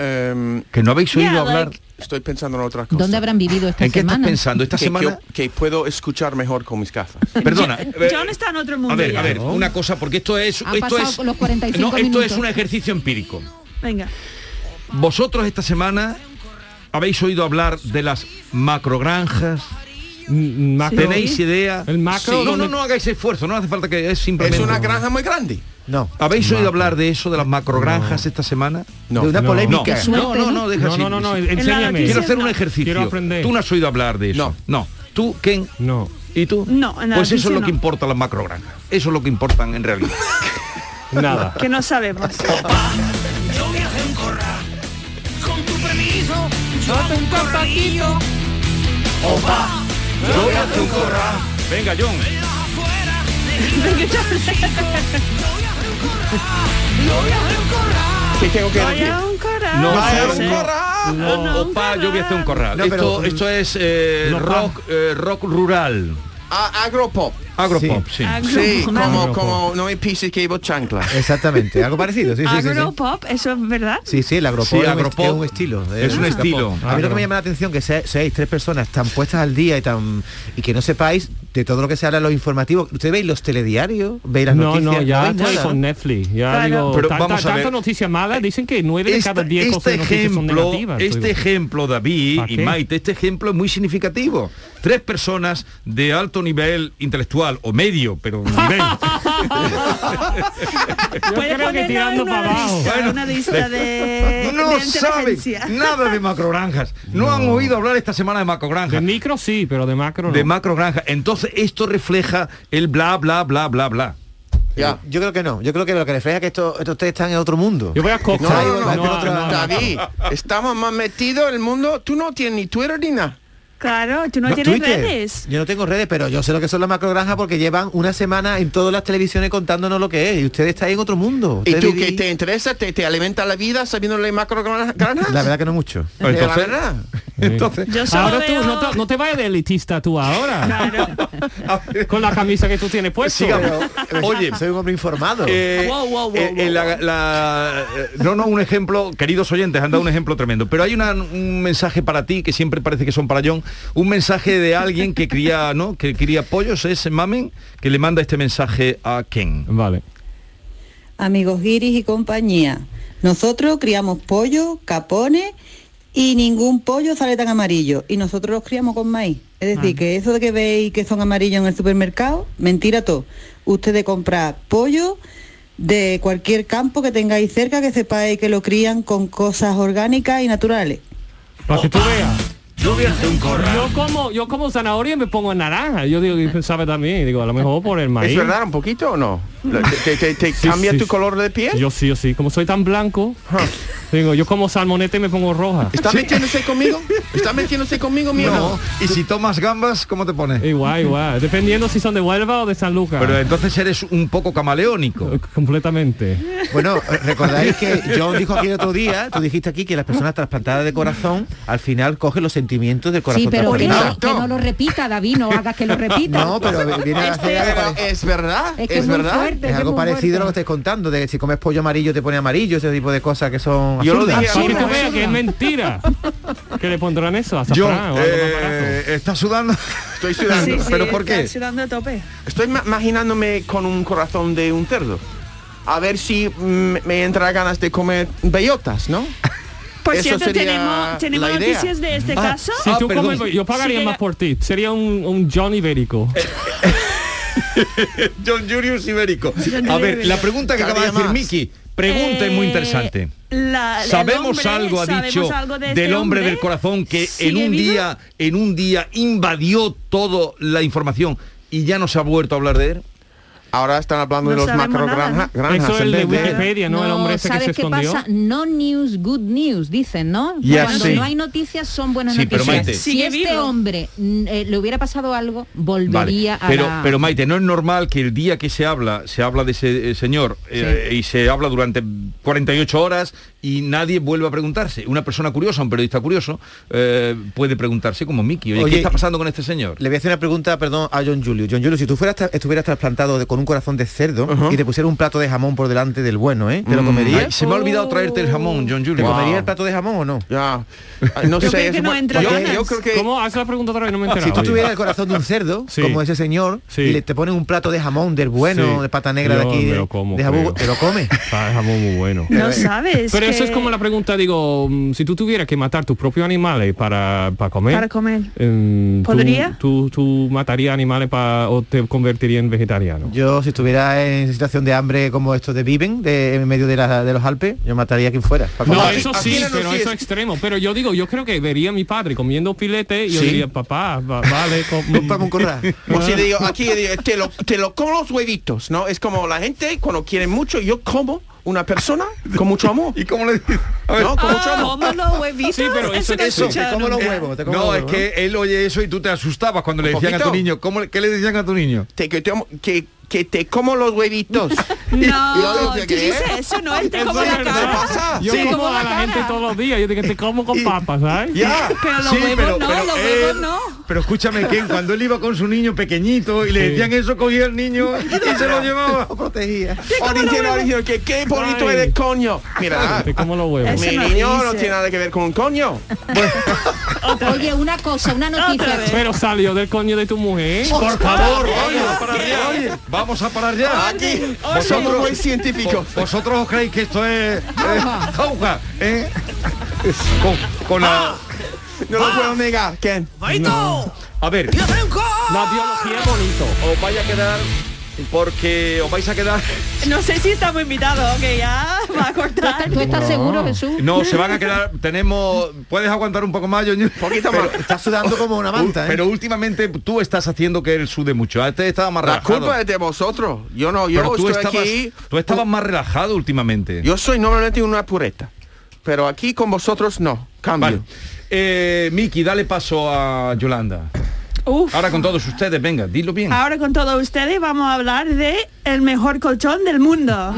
Speaker 5: Em,
Speaker 3: Que no habéis oído
Speaker 4: Yeah,
Speaker 3: hablar...
Speaker 4: like-
Speaker 5: estoy pensando en otras cosas.
Speaker 7: ¿Dónde habrán vivido esta
Speaker 3: ¿En qué estás
Speaker 7: semana?
Speaker 3: pensando? Esta
Speaker 5: que,
Speaker 3: semana...
Speaker 5: que- que puedo escuchar mejor con mis gafas.
Speaker 3: Perdona. eh,
Speaker 4: John está en otro mundo.
Speaker 3: A ver,
Speaker 4: ya. Ah,
Speaker 3: a ver, una cosa, porque esto es...
Speaker 7: Han
Speaker 3: Esto
Speaker 7: pasado
Speaker 3: es,
Speaker 7: los 45
Speaker 3: no, esto
Speaker 7: minutos.
Speaker 3: es un ejercicio empírico.
Speaker 4: Venga.
Speaker 3: Vosotros esta semana habéis oído hablar de las macrogranjas.
Speaker 2: Mm, macro-
Speaker 3: ¿Tenéis idea?
Speaker 2: El macro,
Speaker 3: Sí. No,
Speaker 2: ¿dónde-
Speaker 3: no, no hagáis esfuerzo, no hace falta que es
Speaker 5: Es
Speaker 3: simplemente.
Speaker 5: una granja muy grande.
Speaker 6: No.
Speaker 3: ¿Habéis oído hablar de eso, de las macrogranjas esta semana?
Speaker 5: No.
Speaker 6: De una
Speaker 2: No.
Speaker 3: No,
Speaker 6: polémica.
Speaker 3: no, no, no, deja
Speaker 2: No,
Speaker 3: así.
Speaker 2: no, no, no,
Speaker 3: Sí.
Speaker 4: En
Speaker 2: enséñame.
Speaker 4: la
Speaker 3: Quiero
Speaker 4: noticia-
Speaker 3: hacer un
Speaker 4: no.
Speaker 3: ejercicio.
Speaker 2: Quiero aprender.
Speaker 3: Tú no has oído hablar de eso. No. ¿Tú, Ken?
Speaker 2: No.
Speaker 3: ¿Y tú?
Speaker 4: No, en la
Speaker 3: Pues eso
Speaker 4: noticia
Speaker 3: es lo
Speaker 4: no.
Speaker 3: que importa las macrogranjas. Eso es lo que importan en realidad.
Speaker 2: Nada.
Speaker 4: Que no sabemos.
Speaker 8: Yo viajo en corra, con tu permiso, yo hago un corralillo. Opa, yo viajo en corra,
Speaker 3: Venga, John.
Speaker 8: afuera yo viajo en corra.
Speaker 5: ¿Qué tengo que decir?
Speaker 4: Vaya un coral.
Speaker 3: No,
Speaker 4: Vaya
Speaker 3: no, no.
Speaker 4: No,
Speaker 3: O-
Speaker 4: no, un
Speaker 3: opa, yo voy a hacer un corral.
Speaker 6: No,
Speaker 3: esto,
Speaker 6: pero-
Speaker 3: esto es eh,
Speaker 2: No, pa.
Speaker 3: rock, eh, rock rural.
Speaker 5: A- Ah, agropop.
Speaker 3: Agropop, sí.
Speaker 4: Agro-
Speaker 5: Sí, como,
Speaker 2: Agropop.
Speaker 5: como no me pises que llevo chancla.
Speaker 6: Exactamente, algo parecido, sí, sí, sí, sí.
Speaker 4: Agropop, eso es verdad.
Speaker 6: Sí, sí, el agropop,
Speaker 3: Sí,
Speaker 6: es un
Speaker 3: agropop
Speaker 6: est- es un estilo. de-
Speaker 3: es un
Speaker 6: de
Speaker 3: estilo.
Speaker 6: agropop. A mí lo que me llama la atención que se- seáis tres personas tan puestas al día y tan y que no sepáis de todo lo que se habla en los informativos. ¿Ustedes veis los telediarios? ¿Veis las
Speaker 2: No,
Speaker 6: noticias?
Speaker 2: no, ya
Speaker 6: veis
Speaker 2: estoy
Speaker 6: nada,
Speaker 2: con
Speaker 6: ¿no?
Speaker 2: Netflix. Ya
Speaker 4: Claro.
Speaker 2: digo,
Speaker 3: Pero
Speaker 2: tanta,
Speaker 3: vamos a ver.
Speaker 2: tanta noticia mala, dicen que 9 de
Speaker 3: Esta-
Speaker 2: cada 10 cosas de
Speaker 3: este
Speaker 2: noticias son
Speaker 3: ejemplo,
Speaker 2: negativas.
Speaker 3: este
Speaker 2: digo.
Speaker 3: ejemplo, David
Speaker 2: ¿Pa
Speaker 3: y
Speaker 2: qué?
Speaker 3: Maite, este ejemplo es muy significativo. Tres personas de alto nivel intelectual o medio, pero nivel.
Speaker 4: Puedes
Speaker 2: creo que
Speaker 4: ponernos
Speaker 2: tirando
Speaker 4: en
Speaker 2: para
Speaker 4: una
Speaker 2: abajo.
Speaker 4: lista,
Speaker 3: Bueno,
Speaker 4: una lista de,
Speaker 3: no
Speaker 4: de
Speaker 3: saben
Speaker 4: inteligencia.
Speaker 3: nada de macrogranjas. No, han oído hablar esta semana de
Speaker 2: De
Speaker 3: macrogranjas.
Speaker 2: micro sí, pero de macro no.
Speaker 3: De macrogranjas. Entonces esto refleja el bla bla bla bla bla.
Speaker 5: Ya.
Speaker 6: Yo creo que no. Yo creo que lo que refleja es que esto, esto- ustedes están en otro mundo.
Speaker 2: Yo voy a
Speaker 5: No,
Speaker 2: Costa.
Speaker 6: Está ahí,
Speaker 5: no, no,
Speaker 6: va por
Speaker 2: no,
Speaker 6: otro
Speaker 2: no,
Speaker 6: lado.
Speaker 5: David, estamos más metidos en el mundo. Tú no tienes ni Twitter ni nada.
Speaker 4: Claro, tú no,
Speaker 6: No,
Speaker 4: tienes
Speaker 6: Twitter.
Speaker 4: redes.
Speaker 6: Yo no tengo redes, pero yo sé lo que son las macrogranjas porque llevan una semana en todas las televisiones contándonos lo que es. Y ustedes estáis en otro mundo.
Speaker 5: ¿Y
Speaker 6: Ustedes
Speaker 5: tú que
Speaker 6: vivís-
Speaker 5: te interesa? ¿Te, te alimenta la vida sabiéndole macro granja?
Speaker 6: La verdad que no mucho.
Speaker 5: la
Speaker 3: Entonces,
Speaker 5: verdad.
Speaker 3: entonces
Speaker 4: Yo solo
Speaker 2: Ahora tú,
Speaker 4: veo...
Speaker 2: no, te, no te vayas de elitista tú ahora.
Speaker 4: Claro.
Speaker 2: Con la camisa que tú tienes puesta.
Speaker 3: Oye,
Speaker 6: Soy un hombre informado.
Speaker 3: Eh,
Speaker 4: Wow, wow, wow,
Speaker 3: eh, eh,
Speaker 4: wow,
Speaker 3: la- la- eh, no, no, un ejemplo, queridos oyentes, han dado un ejemplo tremendo. Pero hay una- un mensaje para ti, que siempre parece que son para John, un mensaje de alguien que cría, ¿no? Que cría pollos, es Mamen, que le manda este mensaje a Ken.
Speaker 2: Vale.
Speaker 9: amigos giris y compañía. Nosotros criamos pollo, capones y ningún pollo sale tan amarillo. Y nosotros los criamos con maíz. Es decir, que eso de que veis que son amarillos en el supermercado, mentira todo. Ustedes compran pollo de cualquier campo que tengáis cerca que sepáis que lo crían con cosas orgánicas y naturales.
Speaker 2: Para que tú veas.
Speaker 8: Yo viajo en corra,
Speaker 2: Yo como, yo como zanahoria y me pongo en naranja. Yo digo, y pensaba también, digo, a lo mejor por el maíz.
Speaker 5: ¿Es verdad un poquito o no? ¿Te, te- te
Speaker 2: Sí,
Speaker 5: cambia
Speaker 2: sí,
Speaker 5: tu
Speaker 2: sí.
Speaker 5: color de piel?
Speaker 2: Yo sí, yo sí. Como soy tan blanco, digo, yo como salmonete y me pongo roja.
Speaker 5: ¿Estás metiéndose conmigo? ¿Estás metiéndose conmigo, mío?
Speaker 3: Bueno, y si tomas gambas, ¿cómo te pones?
Speaker 2: Igual, igual. Dependiendo si son de Huelva o de San Lucas. Eh,
Speaker 3: Pero entonces eres un poco camaleónico.
Speaker 2: Completamente.
Speaker 6: Bueno, eh, recordáis que John dijo aquí el otro día, tú dijiste aquí que las personas trasplantadas de corazón al final cogen los sentimientos del corazón
Speaker 7: Sí, pero que,
Speaker 6: trasplantado.
Speaker 7: no- que no lo repita, David, no hagas que lo repita.
Speaker 6: No, pero viene
Speaker 4: Este,
Speaker 6: a hacer algo
Speaker 5: Pero
Speaker 6: parecido.
Speaker 5: es verdad,
Speaker 7: es
Speaker 5: es,
Speaker 7: que es, muy
Speaker 5: verdad.
Speaker 7: fuerte. es
Speaker 6: Es
Speaker 7: que
Speaker 6: algo
Speaker 7: muy
Speaker 6: parecido a lo que
Speaker 7: fuerte.
Speaker 6: estáis contando, de si comes pollo amarillo te pone amarillo, ese tipo de cosas que son son
Speaker 2: Yo lo
Speaker 6: absurdas.
Speaker 2: dije Para que tú veas que es mentira. que le pondrán eso a
Speaker 3: Yo,
Speaker 2: azafrán o algo más barato.
Speaker 3: eh, ¿está sudando?
Speaker 5: Estoy sudando.
Speaker 4: Sí, sí,
Speaker 5: ¿Pero por
Speaker 4: está
Speaker 5: qué?
Speaker 4: sudando a tope.
Speaker 5: Estoy ma- imaginándome con un corazón de un cerdo. A ver si mm, me entra ganas de comer bellotas, ¿no?
Speaker 4: Por
Speaker 5: Eso
Speaker 4: cierto,
Speaker 5: sería
Speaker 4: tenemos, tenemos
Speaker 5: Ah, la idea.
Speaker 4: noticias de
Speaker 2: Ah.
Speaker 4: este caso.
Speaker 2: Si tú comes- yo pagaría
Speaker 4: Si
Speaker 2: más
Speaker 4: era-
Speaker 2: por ti. Sería un, un John Ibérico. eh,
Speaker 3: John Julius Ibérico.
Speaker 4: John
Speaker 3: A
Speaker 4: Julius
Speaker 3: ver, la
Speaker 4: Ibérico.
Speaker 3: pregunta que acaba de
Speaker 5: Cabría
Speaker 3: decir
Speaker 5: más.
Speaker 3: Miki, pregunta es muy
Speaker 4: Eh,
Speaker 3: interesante.
Speaker 4: La- el
Speaker 3: Sabemos
Speaker 4: hombre-
Speaker 3: algo, ha
Speaker 4: sabemos
Speaker 3: dicho,
Speaker 4: algo de
Speaker 3: del
Speaker 4: este
Speaker 3: hombre del corazón que en
Speaker 4: ¿Sigue
Speaker 3: un
Speaker 4: vivo?
Speaker 3: día, en un día invadió toda la información y ya no se ha vuelto a hablar de él.
Speaker 5: Ahora están hablando
Speaker 4: No
Speaker 5: de los
Speaker 4: sabemos
Speaker 5: macro
Speaker 4: nada,
Speaker 5: granja-
Speaker 4: ¿no?
Speaker 5: granjas.
Speaker 2: Eso es
Speaker 5: en
Speaker 2: el de
Speaker 5: vez de-
Speaker 2: Wikipedia, ¿no? El hombre
Speaker 3: este
Speaker 2: ese que
Speaker 7: ¿sabes
Speaker 2: se
Speaker 7: qué
Speaker 2: escondió.
Speaker 7: pasa? No news, good news, dicen, ¿no?
Speaker 5: Ya
Speaker 7: Cuando
Speaker 5: sé.
Speaker 7: no hay noticias son buenas
Speaker 3: Sí, pero
Speaker 7: noticias.
Speaker 3: Maite-
Speaker 7: si
Speaker 4: Sigue
Speaker 7: este
Speaker 4: vivo.
Speaker 7: hombre mm, eh, le hubiera pasado algo,
Speaker 3: Vale.
Speaker 7: volvería a
Speaker 3: Pero,
Speaker 7: la...
Speaker 3: pero Maite, no es normal que el día que se habla, se habla de ese eh, señor eh, y se habla durante 48 horas y nadie vuelve a preguntarse. Una persona curiosa, un periodista curioso, eh, puede preguntarse como Miki, oye,
Speaker 6: Oye,
Speaker 3: ¿qué está pasando con este señor?
Speaker 6: Le voy a hacer una pregunta, perdón, a John Julio. John Julio, si tú fueras tra- estuvieras trasplantado de- con un corazón de cerdo y te pusiera un plato de jamón por delante del bueno, ¿eh? ¿Te lo comerías? Oh.
Speaker 3: Ay, se me ha olvidado traerte el jamón, John
Speaker 6: ¿Te
Speaker 3: Julio.
Speaker 6: comerías el plato de jamón o no?
Speaker 5: Ya. Ah, No
Speaker 4: Yo
Speaker 5: sé.
Speaker 4: creo que
Speaker 5: es
Speaker 4: no
Speaker 5: bu-
Speaker 4: entra
Speaker 5: yo,
Speaker 4: ganas.
Speaker 5: yo creo que
Speaker 2: ¿Cómo? Haz la pregunta otra vez, no me he
Speaker 6: Si
Speaker 2: enterado.
Speaker 6: tú tuvieras el corazón de un cerdo,
Speaker 2: Sí.
Speaker 6: como ese señor,
Speaker 2: Sí.
Speaker 6: y le te ponen un plato de jamón del bueno,
Speaker 2: Sí.
Speaker 6: de pata negra de
Speaker 2: Yo
Speaker 6: aquí,
Speaker 2: me
Speaker 6: de,
Speaker 2: lo como,
Speaker 6: de Jabugo,
Speaker 2: creo.
Speaker 6: te lo comes.
Speaker 2: Está el jamón muy bueno.
Speaker 4: No sabes.
Speaker 2: Pero eso
Speaker 4: que-
Speaker 2: es como la pregunta, digo, mm, si tú tuvieras que matar tus propios animales para, para comer.
Speaker 4: Para comer.
Speaker 2: em, tú-
Speaker 4: ¿Podría?
Speaker 2: Tú, tú matarías animales para o te convertirías en vegetariano.
Speaker 6: Yo, si estuviera en situación de hambre como estos de Viven, de, en medio de, la- de los Alpes, yo mataría a quien fuera. para
Speaker 2: No,
Speaker 6: comer.
Speaker 2: eso
Speaker 5: aquí
Speaker 2: sí,
Speaker 5: no nos
Speaker 2: pero
Speaker 5: sigue.
Speaker 2: eso es extremo. Pero yo digo, yo creo que vería a mi padre comiendo filete y yo diría, papá, va- vale, com-
Speaker 6: Cómprame un corral.
Speaker 5: O si digo, aquí digo, te, lo, te lo como los huevitos, ¿no? Es como la gente cuando quiere mucho, yo como una persona con mucho amor.
Speaker 3: ¿Y cómo le dices? A ver,
Speaker 5: ¿No? Con mucho
Speaker 4: Ah,
Speaker 5: amor.
Speaker 4: ¿cómo los huevitos?
Speaker 2: Sí, pero eso-
Speaker 4: no
Speaker 2: eso-
Speaker 4: escucharon.
Speaker 6: como los huevos, te como
Speaker 3: no,
Speaker 6: los
Speaker 3: es
Speaker 6: huevos,
Speaker 3: que él oye eso y tú te asustabas cuando
Speaker 5: Un
Speaker 3: le decían a tu
Speaker 5: poquito.
Speaker 3: niño. ¿Cómo, le- ¿Qué le decían a tu niño?
Speaker 5: Te- que, te, amo- que, que te como los huevitos.
Speaker 4: No,
Speaker 5: ¿Qué?
Speaker 4: tú dices eso, no, él te
Speaker 2: Eso
Speaker 4: come
Speaker 2: es
Speaker 4: la
Speaker 2: verdad.
Speaker 4: cara.
Speaker 5: pasa?
Speaker 2: Yo
Speaker 4: Sí,
Speaker 2: como
Speaker 4: como
Speaker 2: a
Speaker 4: la
Speaker 2: la
Speaker 4: cara.
Speaker 2: gente todos los días, yo digo que te como con papas, ¿sabes?
Speaker 3: Ya.
Speaker 4: Pero los huevos no, los huevos no.
Speaker 3: Pero escúchame, Ken, cuando él iba con su niño pequeñito y le
Speaker 2: Sí.
Speaker 3: decían eso, cogía al niño y se lo llevaba.
Speaker 6: Lo protegía.
Speaker 5: O dicen, o dicen que qué bonito
Speaker 2: Ay.
Speaker 5: eres, coño. Mira,
Speaker 2: Te como los huevos.
Speaker 4: Eso
Speaker 5: mi
Speaker 4: no
Speaker 5: niño no
Speaker 4: dice.
Speaker 5: tiene nada que ver con un coño.
Speaker 7: Oye, una cosa, una
Speaker 4: Otra
Speaker 7: noticia.
Speaker 4: vez.
Speaker 2: Pero salió del coño de tu mujer.
Speaker 3: Por favor, vamos a parar ya. vamos a parar ya.
Speaker 5: Aquí somos
Speaker 3: Vosotros,
Speaker 5: muy científicos.
Speaker 3: vos- vosotros os creéis que esto es eh, jauja, ¿eh? Con, con la- Ah.
Speaker 5: No lo puedo negar, Ken.
Speaker 8: ¡Maito!
Speaker 3: a ver,
Speaker 8: ¡Yo soy un cor!
Speaker 2: La biología es bonito.
Speaker 3: os vais a quedar porque os vais a quedar.
Speaker 4: No sé si estamos invitados, que ya va a cortar.
Speaker 7: ¿Tú estás seguro, Jesús?
Speaker 3: No, se van a quedar. Tenemos. Puedes aguantar un poco más, Ñoño?
Speaker 5: Poquito
Speaker 3: Pero-
Speaker 5: más.
Speaker 6: Está sudando como una manta, ¿eh?
Speaker 3: Pero últimamente tú estás haciendo que él sude mucho. Antes estaba más
Speaker 5: La
Speaker 3: relajado.
Speaker 5: culpa es de vosotros. Yo no, yo
Speaker 3: Pero tú
Speaker 5: estoy
Speaker 3: estabas,
Speaker 5: aquí.
Speaker 3: tú estabas más relajado últimamente.
Speaker 5: Yo soy normalmente una pureta. Pero aquí con vosotros no. Cambio.
Speaker 3: Vale. Eh, Miki, dale paso a Yolanda.
Speaker 4: Uf.
Speaker 3: Ahora con todos ustedes, venga, dilo bien.
Speaker 4: Ahora con todos ustedes vamos a hablar de el mejor colchón del mundo.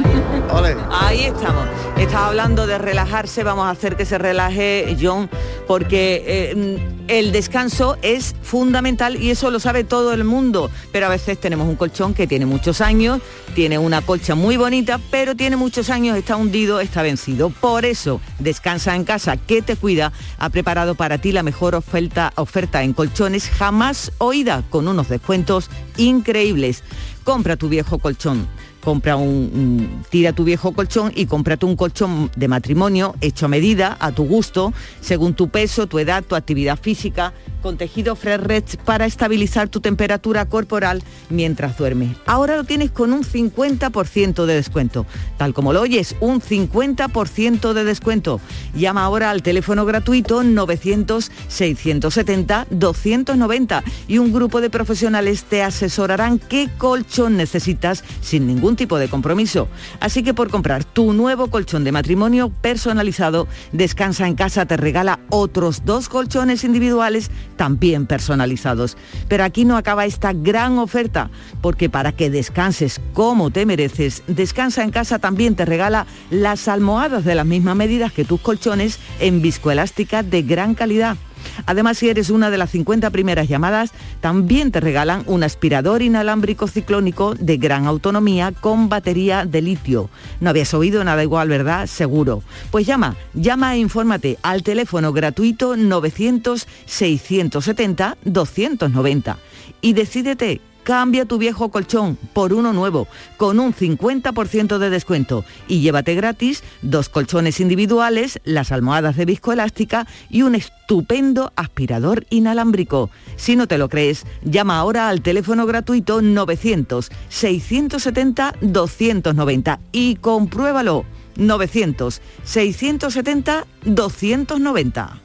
Speaker 6: Ole.
Speaker 10: Ahí estamos. Está hablando de relajarse, vamos a hacer que se relaje John, porque eh, mm, el descanso es fundamental y eso lo sabe todo el mundo. Pero a veces tenemos un colchón que tiene muchos años, tiene una colcha muy bonita, pero tiene muchos años, está hundido, está vencido. Por eso, Descansa en casa, que te cuida, ha preparado para ti la mejor oferta, oferta en colchones jamás oída, con unos descuentos increíbles. Compra tu viejo colchón compra un, un- tira tu viejo colchón y cómprate un colchón de matrimonio hecho a medida, a tu gusto, según tu peso, tu edad, tu actividad física, con tejido Fresh para estabilizar tu temperatura corporal mientras duermes. Ahora lo tienes con un 50% de descuento. Tal como lo oyes, un 50% de descuento. Llama ahora al teléfono gratuito 900-670-290 y un grupo de profesionales te asesorarán qué colchón necesitas sin ningún tipo de compromiso. Así que por comprar tu nuevo colchón de matrimonio personalizado, Descansa en casa te regala otros dos colchones individuales también personalizados. Pero aquí no acaba esta gran oferta, porque para que descanses como te mereces, Descansa en casa también te regala las almohadas de las mismas medidas que tus colchones en viscoelástica de gran calidad. Además, si eres una de las 50 primeras llamadas, también te regalan un aspirador inalámbrico ciclónico de gran autonomía con batería de litio. No habías oído nada igual, ¿verdad? Seguro. Pues llama, llama e infórmate al teléfono gratuito 900-670-290 y decídete Cambia tu viejo colchón por uno nuevo con un 50% de descuento y llévate gratis dos colchones individuales, las almohadas de viscoelástica y un estupendo aspirador inalámbrico. Si no te lo crees, llama ahora al teléfono gratuito 900 670 290 y compruébalo. 900 670 290.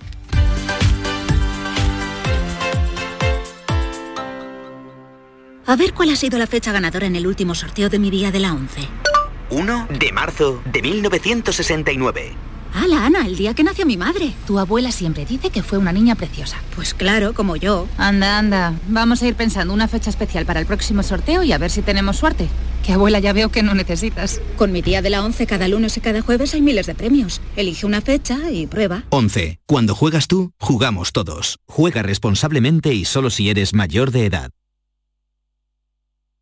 Speaker 11: A ver cuál ha sido la fecha ganadora en el último sorteo de mi día de la 11.
Speaker 12: 1 de marzo de 1969.
Speaker 11: ¡Hala, Ana! El día que nació mi madre. Tu abuela siempre dice que fue una niña preciosa. Pues claro, como yo.
Speaker 13: Anda, anda. Vamos a ir pensando una fecha especial para el próximo sorteo y a ver si tenemos suerte. Que abuela ya veo que no necesitas.
Speaker 11: Con mi día de la 11 cada lunes y cada jueves hay miles de premios. Elige una fecha y prueba.
Speaker 12: 11. Cuando juegas tú, jugamos todos. Juega responsablemente y solo si eres mayor de edad.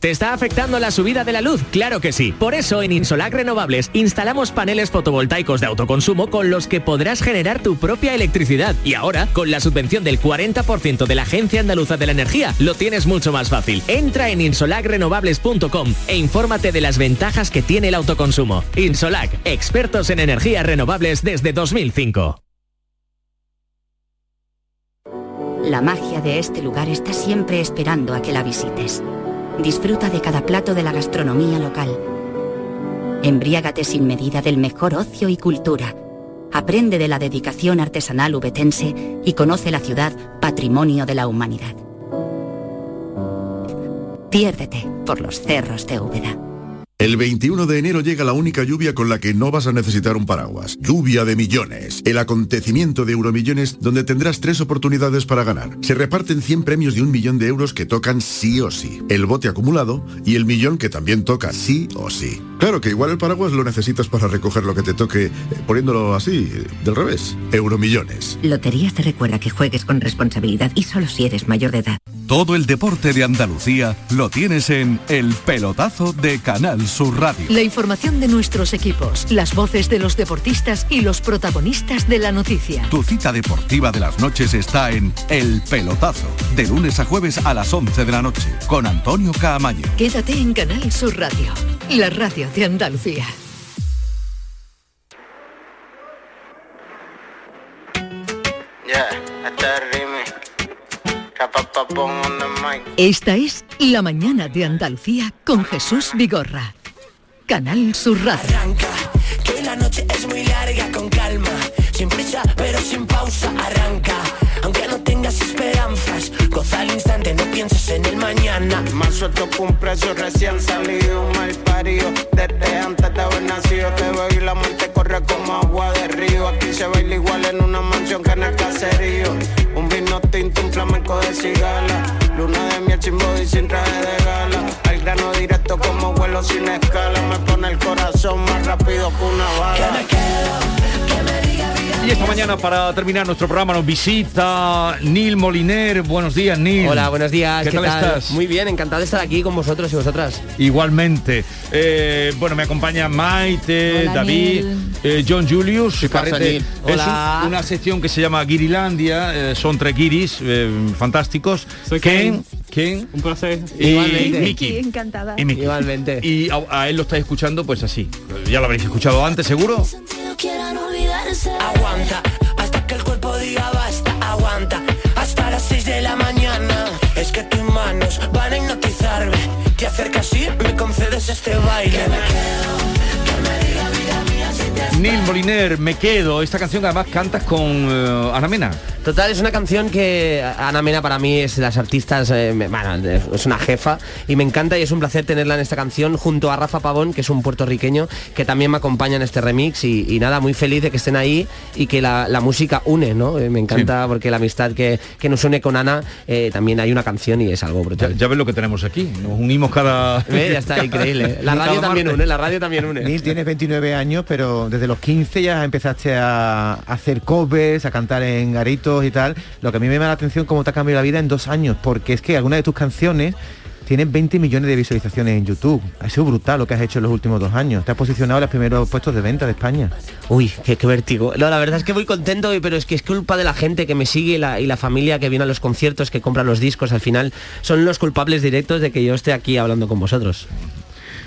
Speaker 14: ¿Te está afectando la subida de la luz? Claro que sí. Por eso en Insolac Renovables instalamos paneles fotovoltaicos de autoconsumo con los que podrás generar tu propia electricidad. Y ahora, con la subvención del 40% de la Agencia Andaluza de la Energía, lo tienes mucho más fácil. Entra en insolacrenovables.com e infórmate de las ventajas que tiene el autoconsumo. Insolac, expertos en energías renovables desde 2005.
Speaker 15: La magia de este lugar está siempre esperando a que la visites. Disfruta de cada plato de la gastronomía local. Embriágate sin medida del mejor ocio y cultura. Aprende de la dedicación artesanal ubetense y conoce la ciudad patrimonio de la humanidad. Piérdete por los cerros de Úbeda.
Speaker 16: El 21 de enero llega la única lluvia con la que no vas a necesitar un paraguas. Lluvia de millones. El acontecimiento de Euromillones donde tendrás tres oportunidades para ganar. Se reparten 100 premios de un millón de euros que tocan sí o sí. El bote acumulado y el millón que también toca sí o sí. Claro que igual el paraguas lo necesitas para recoger lo que te toque eh, poniéndolo así, eh, del revés. Euromillones.
Speaker 15: Loterías te recuerda que juegues con responsabilidad y solo si eres mayor de edad.
Speaker 17: Todo el deporte de Andalucía lo tienes en El Pelotazo de Canal Sur Radio.
Speaker 18: La información de nuestros equipos, las voces de los deportistas y los protagonistas de la noticia.
Speaker 17: Tu cita deportiva de las noches está en El Pelotazo, de lunes a jueves a las 11 de la noche, con Antonio Caamaño.
Speaker 18: Quédate en Canal Sur Radio, la radio de Andalucía.
Speaker 19: Ya, hasta rime. Rapapapón on the mic.
Speaker 18: Esta es La mañana de Andalucía con Jesús Vigorra. Canal Sur Radio.
Speaker 8: Arranca, que la noche es muy larga, con calma. Sin prisa, pero sin pausa, arranca. Aunque no tengas esperanzas, goza el instante, no pienses en el mañana.
Speaker 19: Más suelto que un preso recién salido, mal parido. Desde antes de haber nacido te veo y la mente corre como agua de río. Aquí se baila igual en una mansión que en el caserío. Un vino tinto, un flamenco de cigala. Luna de miel sin body, sin traje de gala. Al grano directo como vuelo sin escala. Me pone el corazón más rápido que una bala.
Speaker 3: Y esta mañana para terminar nuestro programa nos visita Neil Moliner. Buenos días, Neil.
Speaker 20: Hola, buenos días.
Speaker 3: ¿Qué, tal, estás?
Speaker 20: Ah, Muy bien, encantado de estar aquí con vosotros y vosotras.
Speaker 3: Igualmente. Eh, bueno, me acompaña Maite,
Speaker 20: Hola,
Speaker 3: David,
Speaker 20: Neil.
Speaker 3: eh, John Julius.
Speaker 20: ¿Qué pasa,
Speaker 3: Parece-
Speaker 20: Neil?
Speaker 3: Es
Speaker 20: Hola.
Speaker 3: un- una sección que se llama Girilandia. eh, son tres guiris eh, fantásticos. Ken, Ken. Un placer. Y Miki.
Speaker 4: Encantada.
Speaker 3: Y Miki. Y a, a él lo estáis escuchando pues así. Ya lo habréis escuchado antes, seguro.
Speaker 8: Aguanta, hasta que el cuerpo diga basta, aguanta. danza este baile.
Speaker 3: Neil Moliner, me quedo. Esta canción además cantas con eh, Ana Mena.
Speaker 20: Total, es una canción que Ana Mena para mí es de las artistas, eh, me- bueno, de- es una jefa y me encanta y es un placer tenerla en esta canción junto a Rafa Pavón, que es un puertorriqueño que también me acompaña en este remix y, y nada, muy feliz de que estén ahí y que la, la música une, ¿no? Eh, Me encanta porque la amistad que, que nos une con Ana eh, también hay una canción y es algo brutal.
Speaker 3: Ya ves lo que tenemos aquí. Nos unimos cada...
Speaker 20: Eh, ya está, increíble. La
Speaker 6: Cada
Speaker 20: radio también
Speaker 6: martes.
Speaker 20: une, la radio también une.
Speaker 6: Neil, tienes 29 años, pero desde los 15 ya empezaste a hacer covers, a cantar en garitos y tal. Lo que a mí me llama la atención cómo te ha cambiado la vida en dos años, porque es que algunas de tus canciones tienen 20 millones de visualizaciones en YouTube. Ha sido brutal lo que has hecho en los últimos dos años. Te has posicionado en los primeros puestos de venta de España.
Speaker 20: Uy, qué, qué vértigo. No, la verdad es que muy contento, pero es que es culpa de la gente que me sigue y la, y la familia que viene a los conciertos, que compra los discos. Al final son los culpables directos de que yo esté aquí hablando con vosotros.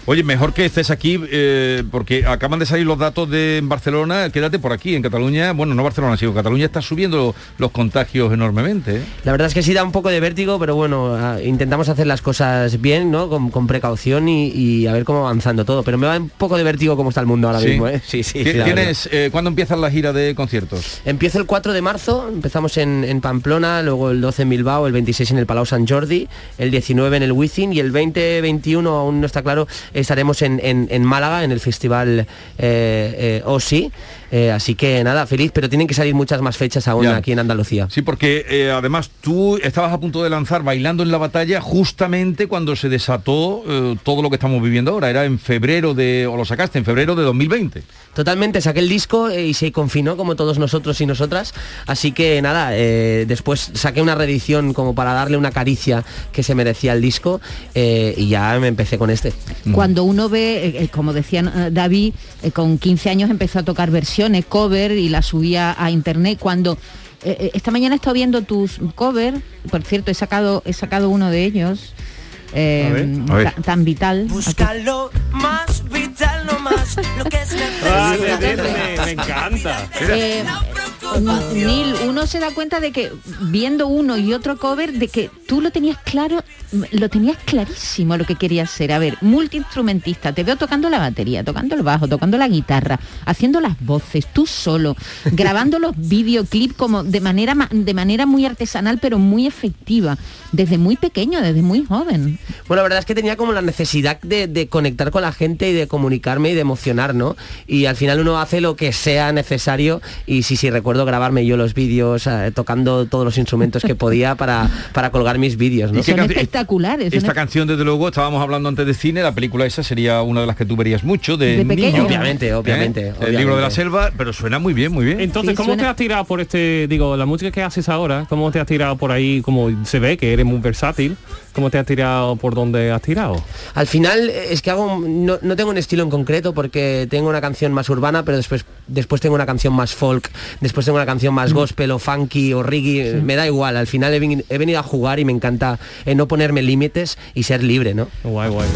Speaker 3: Oye, mejor que estés aquí eh, porque acaban de salir los datos de en Barcelona. Quédate por aquí, en Cataluña. Bueno, no Barcelona, sino Cataluña está subiendo los contagios enormemente. ¿eh?
Speaker 20: La verdad es que sí da un poco de vértigo, pero bueno, ah, intentamos hacer las cosas bien, ¿no? Con, con precaución y, y a ver cómo avanzando todo. Pero me da un poco de vértigo cómo está el mundo ahora
Speaker 3: Sí.
Speaker 20: mismo, ¿eh? Sí, sí.
Speaker 3: ¿Ti-
Speaker 20: sí, la verdad.
Speaker 3: ¿Tienes, eh, ¿Cuándo empiezas la gira de conciertos?
Speaker 20: Empieza el 4 de marzo, empezamos en, en Pamplona, luego el 12 en Bilbao, el 26 en el Palau San Jordi, el 19 en el Wizzing y el 20-21, aún no está claro, estaremos en, en- en Málaga, en el festival eh, eh, OSI. Eh, así que nada, feliz, pero tienen que salir muchas más fechas aún
Speaker 3: Ya.
Speaker 20: aquí en Andalucía.
Speaker 3: Sí, porque eh, además tú estabas a punto de lanzar Bailando en la Batalla justamente cuando se desató eh, todo lo que estamos viviendo ahora. Era en febrero de, o lo sacaste, en febrero de 2020.
Speaker 20: Totalmente, saqué el disco eh, y se confinó como todos nosotros y nosotras. Así que nada, eh, después saqué una reedición como para darle una caricia que se merecía el disco eh, y ya me empecé con este.
Speaker 7: Cuando uno ve, eh, eh, como decía eh, David, eh, con 15 años empezó a tocar versiones, cover y las subía a internet. Cuando eh, eh, esta mañana he estado viendo tus cover, por cierto, he sacado, he sacado uno de ellos, eh,
Speaker 8: A ver, a
Speaker 7: ta-
Speaker 8: ver.
Speaker 7: tan vital. Aquí.
Speaker 8: Búscalo más vital, no más lo que es
Speaker 7: Ah, de
Speaker 8: necesario.
Speaker 7: Disney,
Speaker 8: me encanta.
Speaker 7: Eh, Neil, uno se da cuenta de que viendo uno y otro cover, de que tú lo tenías claro, lo tenías clarísimo lo que querías ser. A ver, multiinstrumentista, te veo tocando la batería, tocando el bajo, tocando la guitarra, haciendo las voces, tú solo, grabando los videoclips como de manera ma- de manera muy artesanal pero muy efectiva, desde muy pequeño, desde muy joven.
Speaker 20: Bueno, la verdad es que tenía como la necesidad de, de conectar con la gente y de comunicarme y de emocionar, ¿no? Y al final uno hace lo que sea necesario y sí, sí, recuerdo grabarme yo los vídeos eh, tocando todos los instrumentos que podía para, para colgar mis vídeos, ¿no?
Speaker 3: ¿Y qué
Speaker 7: Son
Speaker 3: canci-
Speaker 7: espectaculares. son
Speaker 3: Esta canción, desde luego, estábamos hablando antes de cine, la película esa sería una de las que tú verías mucho,
Speaker 7: De
Speaker 3: de, niño.
Speaker 7: pequeño.
Speaker 20: Obviamente,
Speaker 3: ¿eh?
Speaker 20: obviamente,
Speaker 3: El libro de la
Speaker 20: obviamente.
Speaker 3: selva, pero suena muy bien, muy bien.
Speaker 2: Entonces,
Speaker 8: eh,
Speaker 2: ¿cómo te has tirado por este, digo, la música que haces ahora, cómo te has tirado por ahí, como se ve que eres muy versátil, cómo te has tirado por donde has tirado?
Speaker 20: Al final eh, es que hago no, no tengo un estilo en concreto porque tengo una canción más urbana, pero después después tengo una canción más folk, después tengo una canción más gospel o funky o reggae, me da igual. Al final he, veni- he venido a jugar y me encanta eh, no ponerme límites y ser libre, ¿no?
Speaker 2: Guay, guay.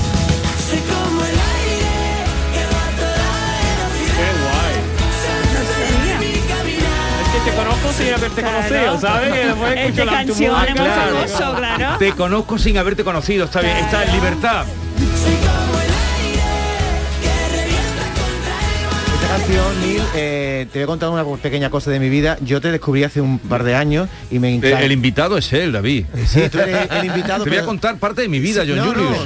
Speaker 8: Es
Speaker 2: que te conozco sin haberte
Speaker 8: conocido, ¿sabes? Que después
Speaker 4: Este
Speaker 8: escucho la- tu
Speaker 4: canción
Speaker 8: música.
Speaker 4: es muy famoso, claro.
Speaker 3: Te conozco sin haberte conocido, está bien, está en libertad.
Speaker 6: Esta canción, Neil, eh, te voy a contar una pequeña cosa de mi vida. Yo te descubrí hace un par de años y me
Speaker 3: Eh,
Speaker 6: encanta.
Speaker 3: El invitado es él, David.
Speaker 6: Sí, tú eres el invitado,
Speaker 3: Te voy a
Speaker 6: pero-
Speaker 3: contar parte de mi vida, John
Speaker 6: No, no,
Speaker 3: Julius.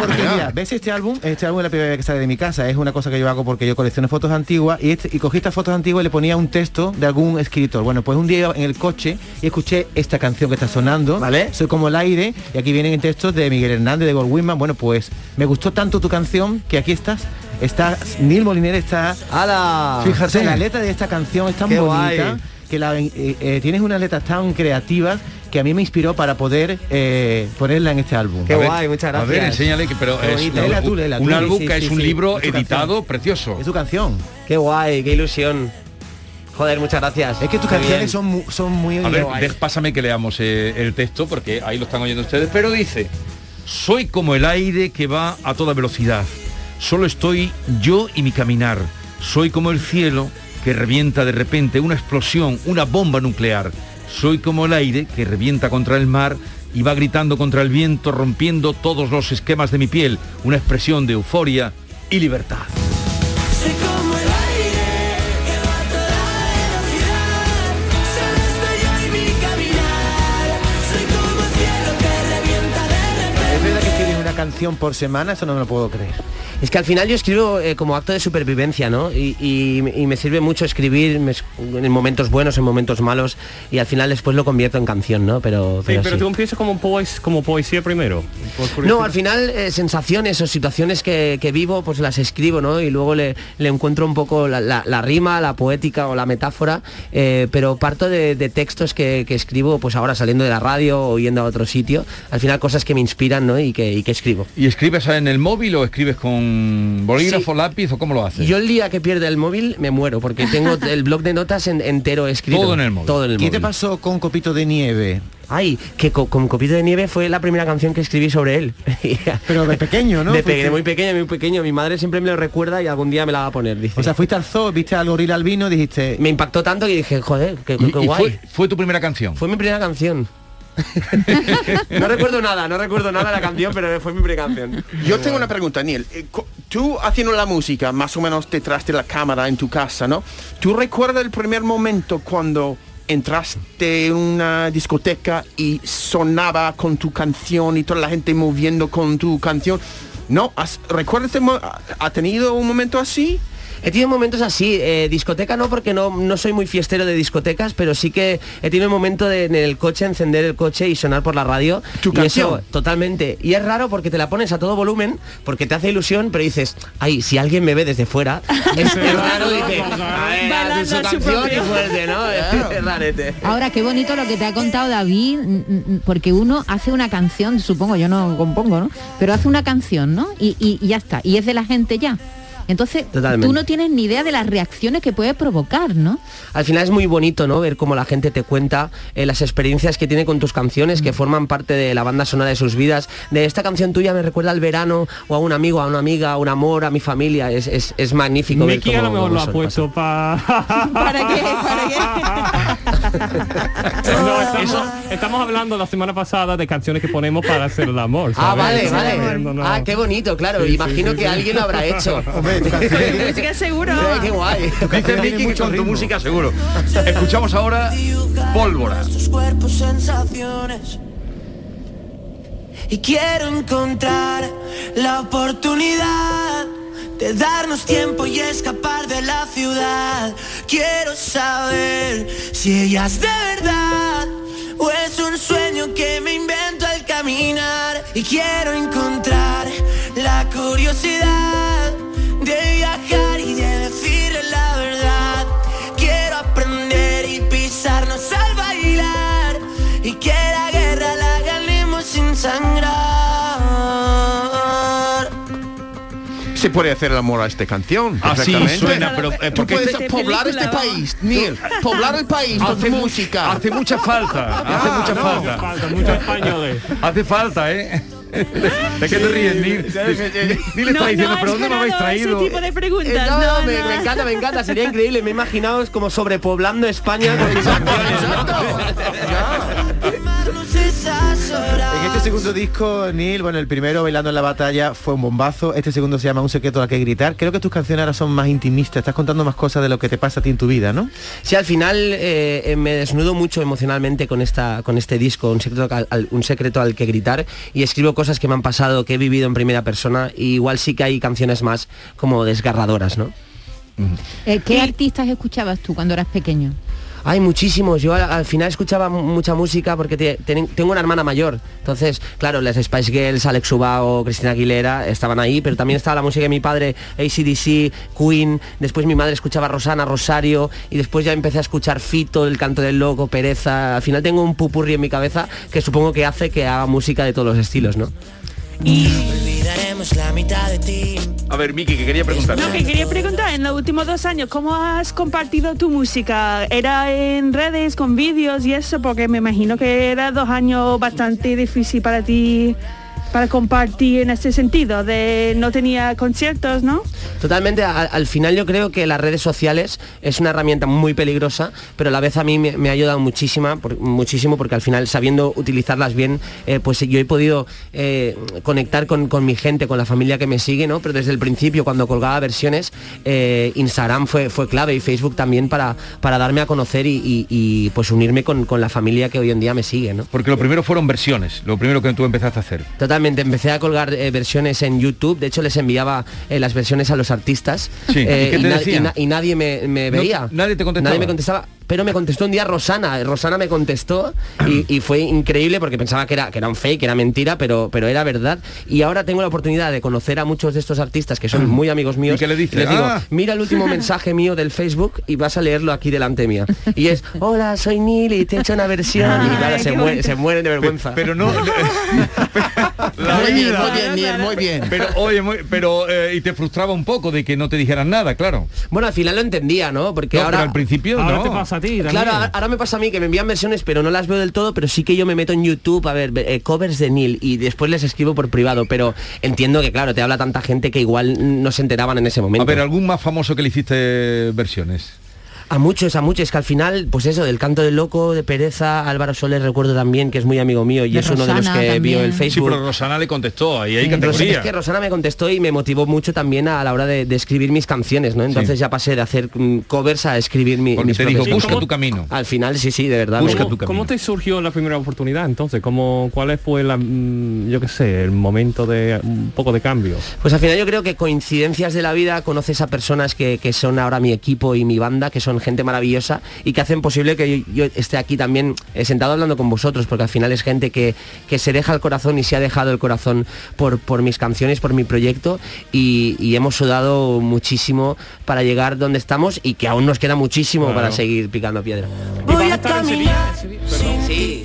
Speaker 6: Porque mira, ves este álbum, este álbum es la primera vez que sale de mi casa, es una cosa que yo hago porque yo colecciono fotos antiguas y, este- y cogí estas fotos antiguas y le ponía un texto de algún escritor. Bueno, pues un día iba en el coche y escuché esta canción que está sonando, ¿vale? Soy como el aire y aquí vienen textos de Miguel Hernández, de Gold Whitman. Bueno, pues me gustó tanto tu canción que aquí estás. Está Neil Moliner está.
Speaker 20: ¡Hala!
Speaker 6: Fíjate, la letra de esta canción es tan
Speaker 20: Qué
Speaker 6: bonita
Speaker 20: guay.
Speaker 6: que la, eh, eh, tienes unas letras tan creativas que a mí me inspiró para poder eh, ponerla en este álbum.
Speaker 3: A ver, A ver, enséñale que pero
Speaker 6: Qué
Speaker 3: es
Speaker 6: bonito.
Speaker 3: un-
Speaker 6: Léela tú, léela
Speaker 3: un
Speaker 6: tú.
Speaker 3: álbum
Speaker 6: Sí,
Speaker 3: que
Speaker 6: sí,
Speaker 3: es
Speaker 6: sí,
Speaker 3: un
Speaker 6: sí.
Speaker 3: libro
Speaker 6: Es tu
Speaker 3: editado precioso.
Speaker 6: Es tu canción.
Speaker 20: Qué guay, qué ilusión. Joder, muchas gracias. Es
Speaker 6: que tus canciones son, mu- son muy...
Speaker 3: A ver, dej- pásame que leamos eh, el texto porque ahí lo están oyendo ustedes, pero dice, soy como el aire que va a toda velocidad, solo estoy yo y mi caminar, soy como el cielo que revienta de repente una explosión, una bomba nuclear, soy como el aire que revienta contra el mar Iba gritando contra el viento, rompiendo todos los esquemas de mi piel, una expresión de euforia y libertad.
Speaker 8: Soy como el aire que va a toda velocidad. Solo estoy yo en mi caminar. Soy como el cielo que revienta de
Speaker 6: ¿Es verdad que escribes una canción por semana? Eso no me lo puedo creer.
Speaker 20: Es que al final yo escribo eh, como acto de supervivencia, ¿no? Y, y- y me sirve mucho escribir me es- en momentos buenos, en momentos malos, y al final después lo convierto en canción, ¿no? Pero,
Speaker 2: Sí,
Speaker 20: pero
Speaker 2: pero
Speaker 20: sí.
Speaker 2: tú empiezas como, poes- como poesía primero. por curiosidad.
Speaker 20: No, al final eh, sensaciones o situaciones que, que vivo, pues las escribo, ¿no? Y luego le, le encuentro un poco la, la- la rima, la poética o la metáfora, eh, pero parto de, de textos que, que escribo, pues ahora saliendo de la radio o yendo a otro sitio, al final cosas que me inspiran, ¿no? Y que, y que escribo.
Speaker 3: ¿Y escribes en el móvil o escribes con bolígrafo, lápiz o cómo lo haces?
Speaker 20: Yo el día que pierda el móvil me muero, porque tengo el blog de notas en- entero escrito. Todo en el
Speaker 6: ¿Qué te
Speaker 20: móvil.
Speaker 6: pasó con Copito de Nieve?
Speaker 20: Ay, que co- con Copito de Nieve fue la primera canción que escribí sobre él.
Speaker 6: Pero de pequeño, ¿no?
Speaker 20: De, pe-
Speaker 6: Fuiste-
Speaker 20: de muy pequeño, muy pequeño. Mi madre siempre me lo recuerda y algún día me la va a poner, dice.
Speaker 6: O sea, fuiste al zoo, viste al gorila albino y dijiste...
Speaker 20: Me impactó tanto que dije, joder, qué, qué- qué guay.
Speaker 6: fue-
Speaker 3: tu primera canción?
Speaker 20: Fue mi primera canción. no recuerdo nada, no recuerdo nada de la canción, pero fue mi primera canción.
Speaker 5: Yo tengo una pregunta, Neil. Eh, cu- Tú haciendo la música, más o menos detrás de la cámara en tu casa, ¿no? ¿Tú recuerdas el primer momento cuando entraste en una discoteca y sonaba con tu canción y toda la gente moviendo con tu canción? ¿No? ¿Has- ¿Recuerdas? este mo- ha- ¿Ha tenido un momento así?
Speaker 20: He tenido momentos así, eh, discoteca no, porque no, no soy muy fiestero de discotecas, pero sí que he tenido un momento de, en el coche, encender el coche y sonar por la radio.
Speaker 5: Tu
Speaker 20: y
Speaker 5: canción.
Speaker 20: Eso, totalmente. Y es raro porque te la pones a todo volumen, porque te hace ilusión, pero dices, ay, si alguien me ve desde fuera, es, es raro, dice, a ver,
Speaker 8: Bailando
Speaker 20: hace
Speaker 8: a
Speaker 20: su
Speaker 8: su
Speaker 20: canción, qué
Speaker 8: propio-
Speaker 20: fuerte, ¿no? Es rarete.
Speaker 7: Ahora, qué bonito lo que te ha contado David, mm, mm, porque uno hace una canción, supongo, yo no compongo, ¿no? Pero hace una canción, ¿no? Y, y- y ya está, y es de la gente ya. Entonces,
Speaker 20: Totalmente.
Speaker 7: tú no tienes ni idea de las reacciones que puede provocar, ¿no?
Speaker 20: Al final es muy bonito, ¿no? Ver cómo la gente te cuenta eh, las experiencias que tiene con tus canciones, que forman parte de la banda sonora de sus vidas. De esta canción tuya me recuerda al verano, o a un amigo, a una amiga, a un amor, a mi familia. Es, es- es magnífico. ver
Speaker 2: Miki
Speaker 20: cómo-
Speaker 2: a lo mejor
Speaker 20: cómo
Speaker 2: lo ha
Speaker 20: son.
Speaker 2: puesto para...
Speaker 8: ¿Para qué? ¿Para
Speaker 2: No, estamos, estamos hablando la semana pasada de canciones que ponemos para hacer el amor.
Speaker 20: Ah,
Speaker 2: ¿sabes?
Speaker 20: vale, vale.
Speaker 2: No, no.
Speaker 20: Ah, qué bonito, claro.
Speaker 2: Sí, sí,
Speaker 20: Imagino
Speaker 2: sí,
Speaker 20: que
Speaker 2: sí.
Speaker 20: alguien lo habrá hecho.
Speaker 6: Hombre, tu
Speaker 20: canción tiene-
Speaker 4: Así que seguro.
Speaker 20: Hombre, qué guay.
Speaker 3: Dice Miki que con tu música seguro. Escuchamos ahora Pólvora.
Speaker 8: Sus cuerpos, sensaciones. Y quiero encontrar la oportunidad de darnos tiempo y escapar de la ciudad. Quiero saber si ella es de verdad o es un sueño que me invento al caminar. Y quiero encontrar la curiosidad de viajar y de decirle la verdad. Quiero aprender y pisarnos al bailar y que la guerra la ganemos sin sangrar.
Speaker 5: Se puede hacer el amor a esta canción.
Speaker 3: Así
Speaker 5: perfectamente.
Speaker 3: Ah, suena, pero, eh,
Speaker 5: Tú
Speaker 3: porque
Speaker 5: puedes
Speaker 3: este-
Speaker 5: poblar
Speaker 3: película,
Speaker 5: este
Speaker 3: va.
Speaker 5: país, Neil. Poblar el país con tu
Speaker 3: Hace mu-
Speaker 5: música.
Speaker 3: Hace mucha falta, hace
Speaker 5: Ah,
Speaker 3: mucha
Speaker 5: no.
Speaker 3: falta. Hace falta, ¿eh? ¿De qué te ríes, Neil? Neil está diciendo, ¿pero dónde me habéis traído?
Speaker 4: de
Speaker 20: preguntas. no, me, me encanta, me encanta. Sería increíble. Me he imaginado como sobrepoblando España con
Speaker 8: Esas horas.
Speaker 6: En este segundo disco, Neil, bueno, el primero, Bailando en la Batalla, fue un bombazo. Este segundo se llama Un secreto a que gritar. Creo que tus canciones ahora son más intimistas. Estás contando más cosas de lo que te pasa a ti en tu vida, ¿no?
Speaker 20: Sí, al final eh, eh, me desnudo mucho emocionalmente con, esta, con este disco, un secreto, al, al- un secreto al que gritar, y escribo cosas que me han pasado, que he vivido en primera persona, y igual sí que hay canciones más como desgarradoras, ¿no?
Speaker 7: Eh, ¿Qué artistas escuchabas tú cuando eras pequeño?
Speaker 20: Hay muchísimos. Yo al, al final escuchaba mu- mucha música porque te- ten- tengo una hermana mayor. Entonces, claro, las Spice Girls, Alex Ubao, Cristina Aguilera estaban ahí, pero también estaba la música de mi padre, ACDC, Queen. Después mi madre escuchaba Rosana, Rosario. Y después ya empecé a escuchar Fito, El Canto del Loco, Pereza. Al final tengo un pupurri en mi cabeza que supongo que hace que haga música de todos los estilos, ¿no?
Speaker 8: Olvidaremos la mitad de ti.
Speaker 3: A ver, Miki, que quería preguntarte.
Speaker 4: No, que quería preguntar, en los últimos dos años, ¿cómo has compartido tu música? ¿Era en redes, con vídeos y eso? Porque me imagino que era dos años bastante difícil para ti para compartir en ese sentido, de no tenía conciertos, ¿no?
Speaker 20: Totalmente, a- al final yo creo que las redes sociales es una herramienta muy peligrosa, pero a la vez a mí me, me ha ayudado muchísima, por- muchísimo porque al final sabiendo utilizarlas bien, eh, pues yo he podido eh, conectar con, con mi gente, con la familia que me sigue, ¿no? Pero desde el principio, cuando colgaba versiones, eh, Instagram fue, fue clave y Facebook también para, para darme a conocer y, y- y, pues unirme con, con la familia que hoy en día me sigue, ¿no?
Speaker 3: Porque lo primero fueron versiones, lo primero que tú empezaste a hacer.
Speaker 20: Totalmente, empecé a colgar eh, versiones en YouTube, de hecho les enviaba eh, las versiones a los artistas
Speaker 3: Sí, ¿y
Speaker 20: eh,
Speaker 3: qué te
Speaker 20: na-
Speaker 3: decían?
Speaker 20: na- y nadie me, me
Speaker 3: No,
Speaker 20: veía.
Speaker 3: nadie te contestaba.
Speaker 20: Nadie me contestaba, pero me contestó un día Rosana, eh, Rosana me contestó y, y fue increíble porque pensaba que era, que era un fake, que era mentira, pero, pero era verdad. Y ahora tengo la oportunidad de conocer a muchos de estos artistas que
Speaker 3: Mm.
Speaker 20: son muy amigos míos. ¿Y qué le
Speaker 3: dices?
Speaker 20: digo,
Speaker 3: Ah.
Speaker 20: mira el último mensaje mío del Facebook y vas a leerlo aquí delante mía. Y es, hola, soy Neil y te he hecho una versión. y claro, se,
Speaker 3: qué
Speaker 20: muere-
Speaker 3: bonito.
Speaker 20: se mueren de vergüenza. Pero no...
Speaker 3: Muy
Speaker 20: bien, muy
Speaker 3: bien, muy bien. Pero, oye, muy- pero, eh, y te frustraba un poco de que no te dijeran nada, claro.
Speaker 20: Bueno, al final lo entendía, ¿no? Porque
Speaker 3: No,
Speaker 20: ahora...
Speaker 3: pero al principio Ahora no. te pasa a ti también.
Speaker 20: Claro, ahora- ahora me pasa a mí que me envían versiones, pero no las veo del todo, pero sí que yo me meto en YouTube a ver eh, covers de Neil y después les escribo por privado, pero entiendo que, claro, te habla tanta gente que igual no se enteraban en ese momento.
Speaker 3: A ver, ¿algún más famoso que le hiciste versiones?
Speaker 20: A muchos, a muchos, que al final, pues eso, del canto del loco, de pereza, Álvaro Soler recuerdo también que es muy amigo mío y
Speaker 3: De
Speaker 20: es uno de los
Speaker 3: Rosana
Speaker 20: que vio
Speaker 3: también.
Speaker 20: el
Speaker 3: Sí,
Speaker 20: Facebook.
Speaker 3: pero Rosana le contestó, ahí hay
Speaker 20: Sí.
Speaker 3: categoría.
Speaker 20: Es que Rosana me contestó y me motivó mucho también a la hora de, de escribir mis canciones, ¿no? Entonces ya pasé de hacer mm, covers a escribir mi,
Speaker 3: Porque
Speaker 20: mis
Speaker 3: te dijo,
Speaker 20: propias
Speaker 3: busca
Speaker 20: canciones.
Speaker 3: tu camino.
Speaker 20: Al final, sí, sí, de verdad.
Speaker 2: ¿Cómo,
Speaker 20: me-
Speaker 2: cómo te surgió la primera oportunidad entonces? ¿Cómo, ¿Cuál fue la, mm, yo qué sé, el momento de un poco de cambio?
Speaker 20: Pues al final yo creo que coincidencias de la vida conoces a personas que, que son ahora mi equipo y mi banda, que son gente maravillosa y que hacen posible que yo, yo esté aquí también eh, sentado hablando con vosotros, porque al final es gente que, que se deja el corazón y se ha dejado el corazón por, por mis canciones, por mi proyecto y, y hemos sudado muchísimo para llegar donde estamos y que aún nos queda muchísimo
Speaker 8: Claro.
Speaker 20: para seguir picando piedra.
Speaker 8: Voy a caminar sin
Speaker 20: ti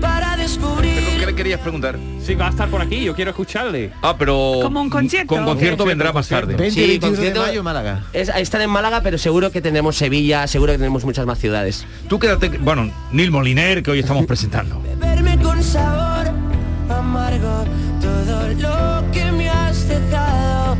Speaker 8: para descubrir.
Speaker 3: ¿Qué le querías preguntar?
Speaker 2: Sí, va a estar por aquí, yo quiero escucharle.
Speaker 3: Ah, pero...
Speaker 20: Como un concierto.
Speaker 3: Con concierto
Speaker 20: Sí,
Speaker 3: vendrá más tarde.
Speaker 20: 20 y 21 de mayo en
Speaker 6: Málaga.
Speaker 20: están en Málaga, pero seguro que tenemos Sevilla, seguro que tenemos muchas más ciudades.
Speaker 3: Tú quédate, bueno, Neil Moliner, que hoy estamos presentando.
Speaker 8: Verme con sabor amargo todo lo que me has dejado,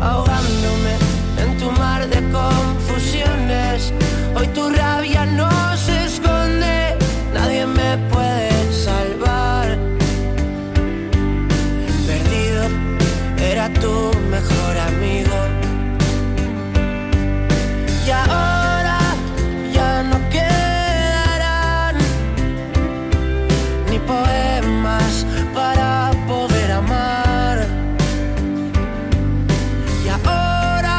Speaker 8: ahogándome en tu mar de confusiones. Hoy tu rabia no se esconde, nadie me puede salvar. Perdido era tu mejor amigo. Y ahora ya no quedarán ni poemas para poder amar. Y ahora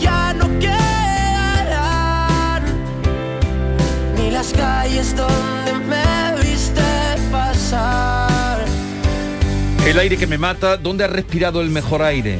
Speaker 8: ya no quedarán ni las calles donde me viste pasar.
Speaker 3: El aire que me mata, ¿dónde has respirado el mejor aire?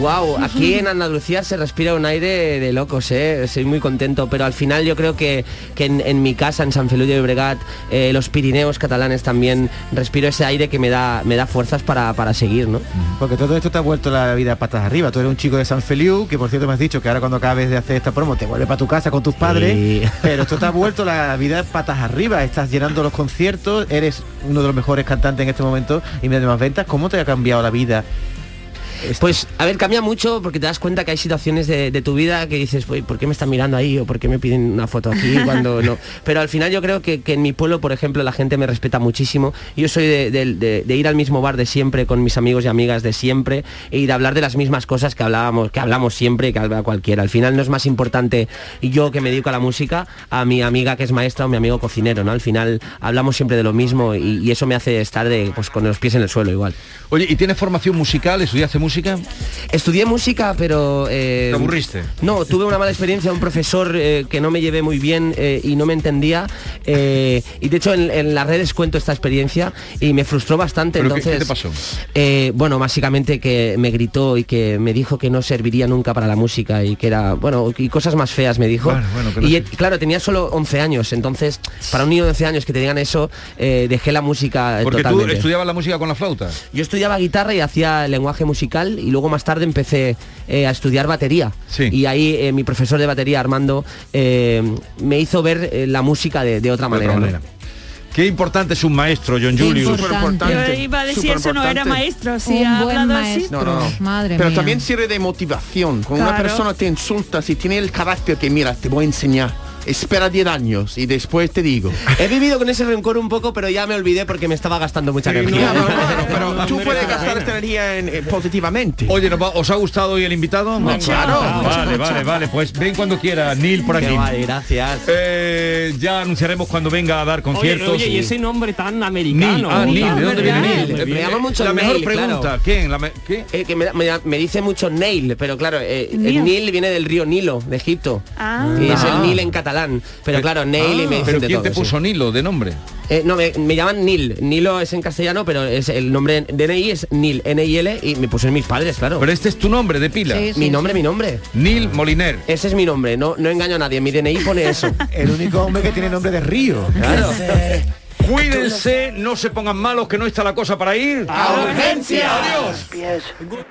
Speaker 20: Wow, aquí en Andalucía se respira un aire de locos, ¿eh? Estoy muy contento, pero al final yo creo que, que en, en mi casa, en San Feliu de Llobregat, eh, los Pirineos catalanes también, respiro ese aire que me da, me da fuerzas para, para seguir, ¿no?
Speaker 6: Porque todo esto te ha vuelto la vida patas arriba. Tú eres un chico de San Feliu, que por cierto me has dicho que ahora cuando acabes de hacer esta promo te vuelves para tu casa con tus padres. Pero esto te ha vuelto la vida patas arriba. Estás llenando los conciertos, eres uno de los mejores cantantes en este momento y me más ventas. ¿Cómo te ha cambiado la vida?
Speaker 20: Pues, a ver, cambia mucho porque te das cuenta que hay situaciones de, de tu vida que dices, "Uy, ¿por qué me están mirando ahí? ¿O por qué me piden una foto aquí? Cuando no. Pero al final yo creo que, que en mi pueblo, por ejemplo, la gente me respeta muchísimo. Yo soy de, de- de- de ir al mismo bar de siempre con mis amigos y amigas de siempre y de hablar de las mismas cosas que hablábamos, que hablamos siempre y que habla cualquiera. Al final no es más importante yo que me dedico a la música, a mi amiga que es maestra o mi amigo cocinero, ¿no? Al final hablamos siempre de lo mismo y, y eso me hace estar de, pues, con los pies en el suelo igual.
Speaker 3: Oye, ¿y tienes formación musical? ¿Estudiaste música?
Speaker 20: Estudié música, pero... eh,
Speaker 3: ¿Te aburriste?
Speaker 20: No, tuve una mala experiencia, un profesor eh, que no me llevé muy bien eh, y no me entendía. eh, y de hecho en, en las redes cuento esta experiencia y me frustró bastante.
Speaker 3: ¿Pero qué-
Speaker 20: entonces,
Speaker 3: qué te pasó?
Speaker 20: eh, bueno, básicamente que me gritó y que me dijo que no serviría nunca para la música y que era, bueno, y cosas más feas me dijo.
Speaker 3: Bueno, bueno, que no
Speaker 20: y eh, claro, tenía solo 11 años, entonces para un niño de 11 años que te digan eso, eh, dejé la música eh,
Speaker 3: Porque
Speaker 20: totalmente.
Speaker 3: tú estudiabas la música con la flauta.
Speaker 20: Yo estudiaba guitarra y hacía lenguaje musical y luego más tarde empecé eh, a estudiar batería. Y ahí eh, mi profesor de batería, Armando, eh, me hizo ver eh, la música de, de otra
Speaker 3: De otra
Speaker 20: manera. ¿no?
Speaker 3: manera. Qué importante es un maestro, John Julius.
Speaker 4: Yo iba a decir eso no
Speaker 5: Superimportante.
Speaker 4: era maestro, si
Speaker 13: Un
Speaker 4: ha
Speaker 13: buen
Speaker 4: hablado así.
Speaker 13: maestro.
Speaker 5: No, no, no.
Speaker 13: Madre
Speaker 5: Pero
Speaker 13: mía.
Speaker 5: también sirve de motivación. Cuando una
Speaker 13: Claro.
Speaker 5: persona te insulta, si tiene el carácter que, mira, te voy a enseñar, espera 10 años y después te digo.
Speaker 20: He vivido con ese rencor un poco, pero ya me olvidé porque me estaba gastando mucha energía.
Speaker 5: Pero tú puedes gastar esta energía en, eh, positivamente.
Speaker 3: Oye, ¿nos va- ¿os ha gustado hoy el invitado?
Speaker 5: Hombre, claro.
Speaker 3: Ah, Vale,
Speaker 5: Mucho,
Speaker 3: vale,
Speaker 5: mucho.
Speaker 3: vale. Pues ven cuando quiera, Neil, por
Speaker 20: Qué
Speaker 3: aquí.
Speaker 20: guay, gracias.
Speaker 3: Eh, ya anunciaremos cuando venga a dar conciertos.
Speaker 2: Oye, oye, y
Speaker 3: y-
Speaker 2: ese nombre tan
Speaker 3: Neil,
Speaker 2: americano.
Speaker 3: ah, Neil, ¿de dónde viene Neil?
Speaker 20: Me,
Speaker 3: Eh,
Speaker 20: llama mucho
Speaker 3: La
Speaker 20: el
Speaker 3: mejor
Speaker 20: Neil,
Speaker 3: pregunta,
Speaker 20: claro.
Speaker 3: ¿quién? La me- ¿Qué?
Speaker 20: Eh, que me, me- me dice mucho Neil, pero claro, eh,
Speaker 3: Nil.
Speaker 20: el Nil viene del río Nilo, de Egipto.
Speaker 4: Ah.
Speaker 20: Y es
Speaker 3: Ah.
Speaker 20: el Nil en catalán. Pero claro, Neil y me
Speaker 3: Ah,
Speaker 20: dicen
Speaker 3: ¿Pero
Speaker 20: de
Speaker 3: quién
Speaker 20: todo,
Speaker 3: te
Speaker 20: sí.
Speaker 3: puso Nilo de nombre?
Speaker 20: Eh, no, me, me llaman Nil. Nilo es en castellano, pero es el nombre DNI es Nil, N-I-L, y me pusieron mis padres, claro. Pero
Speaker 3: este es tu nombre de pila. Sí, sí,
Speaker 20: mi
Speaker 3: sí.
Speaker 20: nombre, mi nombre.
Speaker 3: Nil Moliner.
Speaker 20: Ese es mi nombre, no, no engaño a nadie. Mi DNI pone eso.
Speaker 6: El único hombre que tiene nombre de río.
Speaker 20: Claro.
Speaker 3: Cuídense, no se pongan malos que no está la cosa para ir.
Speaker 6: ¡A urgencia!
Speaker 3: Adiós.
Speaker 8: Pies.